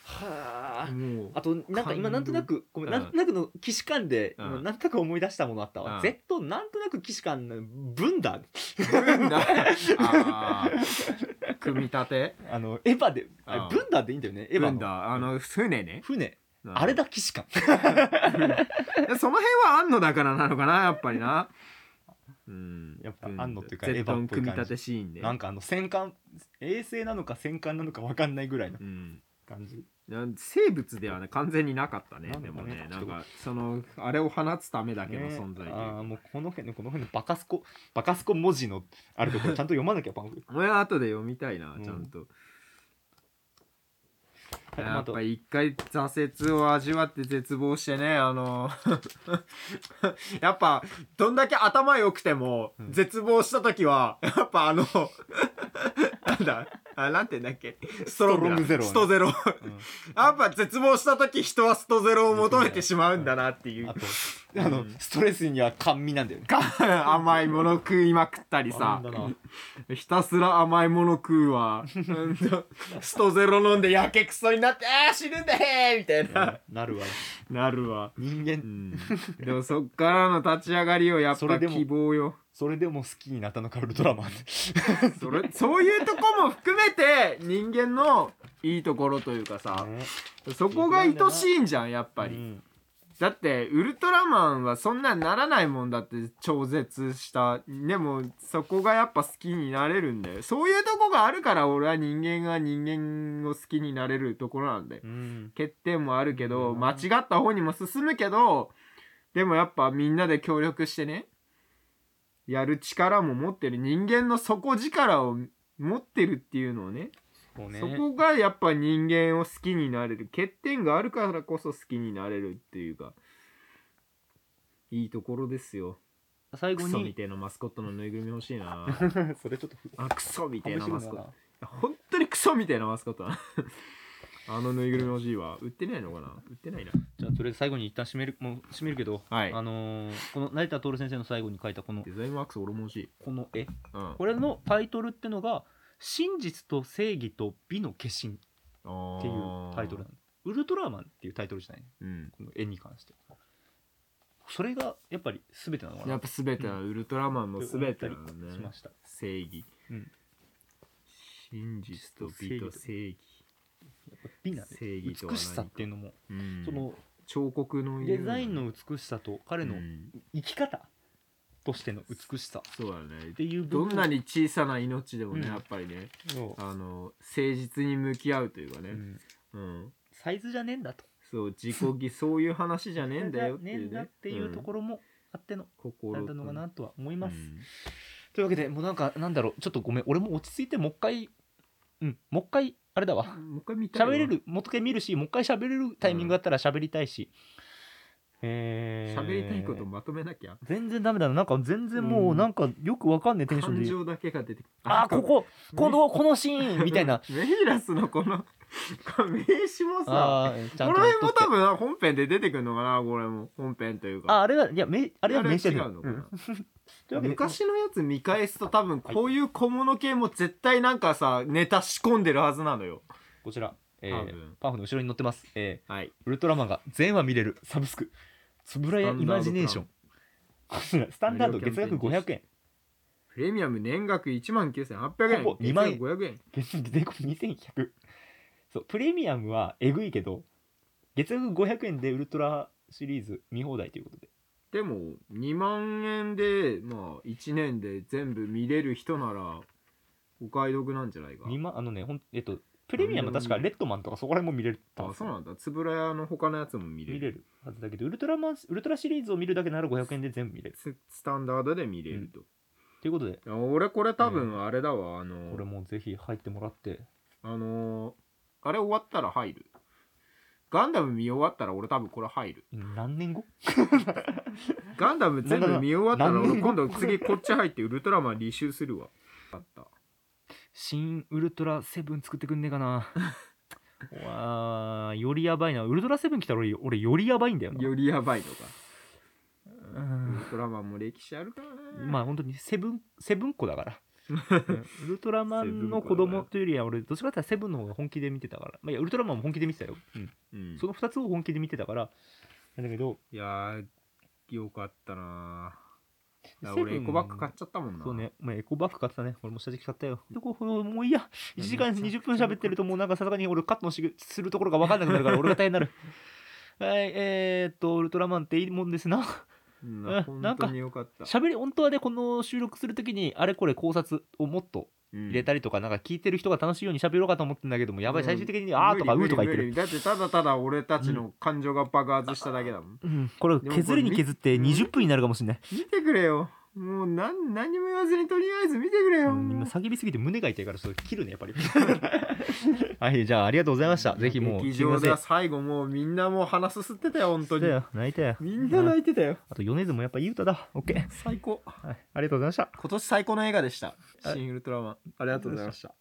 はあ
もう
あとなんか
感動
今なんとなくごめん
うん
なんとなくの既視感で
うん
今なんとなく思い出したものあった
う
わ
ん
Z なんとなく既視感の分 だ
分断あー組み立て
あのエヴァであれ
うん
分だでいいんだよねエヴァ
分
の
断あの船ね、
船
うん
あれだ既視感
その辺は安野だからなのかなやっぱりなうん
やっぱ安野っていうか
うん
エヴァっぽい感じ
絶対組み立てシーンで
なんかあの戦艦衛星なのか戦艦なのかわかんないぐらいの
うん
感じ
なん生物ではね完全になかったね
なん
で
だね
もねな
ちょっ
ん
と
かそのあれを放つためだけの存在という
ね
か
ああもうこの辺のこの辺のバカスコ バカスコ文字のあるところちゃんと読まなきゃパンフ
俺は後で読みたいな
うん
ちゃんと、やっ
と
ぱ一回挫折を味わって絶望してね、あの、 やっぱ、どんだけ頭良くても
う、ん
絶望した時は、やっぱあの、 なんだ、あ、なんて言うんだっけ、ストロングだ
ストロングゼロね
ストゼロ。
うん
やっぱ絶望した時人はストゼロを求めてしまうんだなっていう
あ。とあの、ストレスには甘味なんだよね。
甘いもの食いまくったりさ
甘いんだな。
ひたすら甘いもの食うわ。うんストゼロ飲んでやけくそになって、あー死ぬでーみた いな。
なるわ。
なるわ。
人間、
でもそっからの立ち上がりをやっ
そ
ぱ
れでも
希望よ。
それでも好きになったのか、ウルトラマン。
それ、そういうとこも含めて人間のいいところというかさ、
ね
そこが愛しいんじゃん、やっぱ
う
り。
ん
だって、ウルトラマンはそんなんならないもんだって、超絶した。でも、そこがやっぱ好きになれるんだよ。そういうとこがあるから、俺は人間が人間を好きになれるところなんだよ。
うん。
欠点もあるけど、
うん
間違った方にも進むけどでもやっぱみんなで協力してねやる力も持ってる人間の底力を持ってるっていうのをね
そうね
そ。こがやっぱ人間を好きになれる欠点があるからこそ好きになれるっていうかいいところですよ
最
ク
後
ソみ
に、
てえなマスコットのぬいぐるみ欲しいな
それちょっと、
あクソみてえなマスコット
面
本当にクソみてえなマスコットだな あのぬいぐるみ欲しいわ売ってないのかな売ってないな
じゃあ、とりあえず最後に一旦締める、もう締めるけど、
はい
あのーこの成田徹先生の最後に書いたこの、
デザインワークス俺も欲しい。
この絵、
うん。
これのタイトルってのが、真実と正義と美の化身っ
って
いうタイトルなの。ウルトラマンっていうタイトルじゃない
うん。
この絵に関して。それがやっぱり全てなのかな
やっぱ全てはウルトラマンも
って思
全
ってた
な
り
の
し
ね
ま。した。
正義。
うん
真実と美と正義。
やっぱ美なんで
正義とは何
美し
か
さっていうのも、
うん
その
彫刻のよう
デ
な
ザインの美しさと彼の
うん
生き方としての美しさっ
そうだね
て。いう部
ど
分
んなに小さな命でもね、
うん
やっぱりね、
そう
あの、誠実に向き合うというか
う
ね。
ん
うん。
サイズじゃねえんだと。
そう、自己 義、そういう話じゃねえんだよって
ねえ
い
ん
う
だ
ね
っ。ていうとこ
ろ。
ろもあっての、な
心
んだのかなとは思います。
うん
というわけでもうなんかなんだろうちょっとごめん俺も落ち着いてもう一回うんもう一回あれだわ
もう一回見たいわ
喋れるもう一回見るしもう一回喋れるタイミングだったら喋りたいし、えー
喋りたいことまとめなきゃ。
全然ダメだななんか全然も
う
うんなんかよくわかんねえテンション
感
で
情だけが出てくる
ああこここのこのシーンみたいな
メイラスのこのこの名刺もさ
あーち
こ
ゃん
の
と
辺も
撮って
多分本編で出てくるのかなこれも本編という
あ
か
あれはいやめあれは名刺だ
違
よ
うのかな、
というわけで
昔のやつ見返すと多分こういう小物系も絶対なんかさネタ仕込んでるはずなのよ
こちら、え
多
ー
分
パンフの後ろに載ってます、え
はい
ーウルトラマンが全話見れるサブスクつぶらやイマジネーションこちらスタンダード月額500円
プレミアム年額1万9800円
ほぼ2万円
500円
月額税込み2100そうプレミアムはえぐいけど月額500円でウルトラシリーズ見放題ということで
でも2万円でまあ1年で全部見れる人ならお買い得なんじゃないか
2万あのねほんえっとプレミアムは確かレッドマンとかそこら辺も見れる
あそうなんんだつぶらやの他のやつも見れ
見
る
れるはずだけどウルトラマンウルトラシリーズを見るだけなら500円で全部見れる
ススタンダードで見れると、
ということで
あ俺これ多分あれだわ、あの
これもぜひ入ってもらって
あのーあれ終わったら入るガンダム見終わったら俺多分これ入る
何年後
ガンダム全部見終わったら
なんだ
俺今度次こっち入ってウルトラマン履修するわあった
新ウルトラセブン作ってくんねえか なうわあよりやばいなウルトラセブン来たら俺俺よりやばいんだよな
よりやばいのか
う
ウ
ん
ルトラマンも歴史あるからね
まあ本当にセブンセブン子だ からうんウルトラマンの子供というよりは俺どっちかっていうとセブンの方が本気で見てたから、まあ、いやウルトラマンも本気で見てたよ、うん、
うん
その2つを本気で見てたからなんだけど
いやーよかったなー
セブン
俺エコバッグ買っちゃったもんな
そうね、まあ、エコバッグ買ってたね俺も下敷き買ったよでこうもういいや1時間20分喋ってるともうなんかさすがに俺カットのしするところが分かんなくなるから俺が大変にな るはいえー、っとウルトラマンっていいもんですな
うん
うんな
本
んか
当によかった
喋り本当はねこの収録するときにあれこれ考察をもっと
入
入れたりとか、なんか聞いてる人が楽しいように喋ろうかと思ってんだけどもやばい
うん
最終的に「あ」とか「う」とか言って
無理無理無
る、
理だってただただ俺たちの感 情が爆発しただけだもん、
うん、これ
でも
削りに削って
これ見
20分になるかもしれない
見てくれよもうなん何も言わずにとりあえず見てくれよ。
うんみんな叫びすぎて胸が痛いからそれ切るねやっぱり はいじゃあありがとうございましたぜひもう
劇
すいま
場
せ
で
ん
は最後もうみんなもう鼻すすってたよ本当
泣いた
に。
よ泣いたよ
みんな泣いてたよ。
あと米津もやっぱいい歌だオッケー
最高。
はい、ありがとうございました
今年最高の映画でした。
はい
新ウルトラマン。ありがとうございました。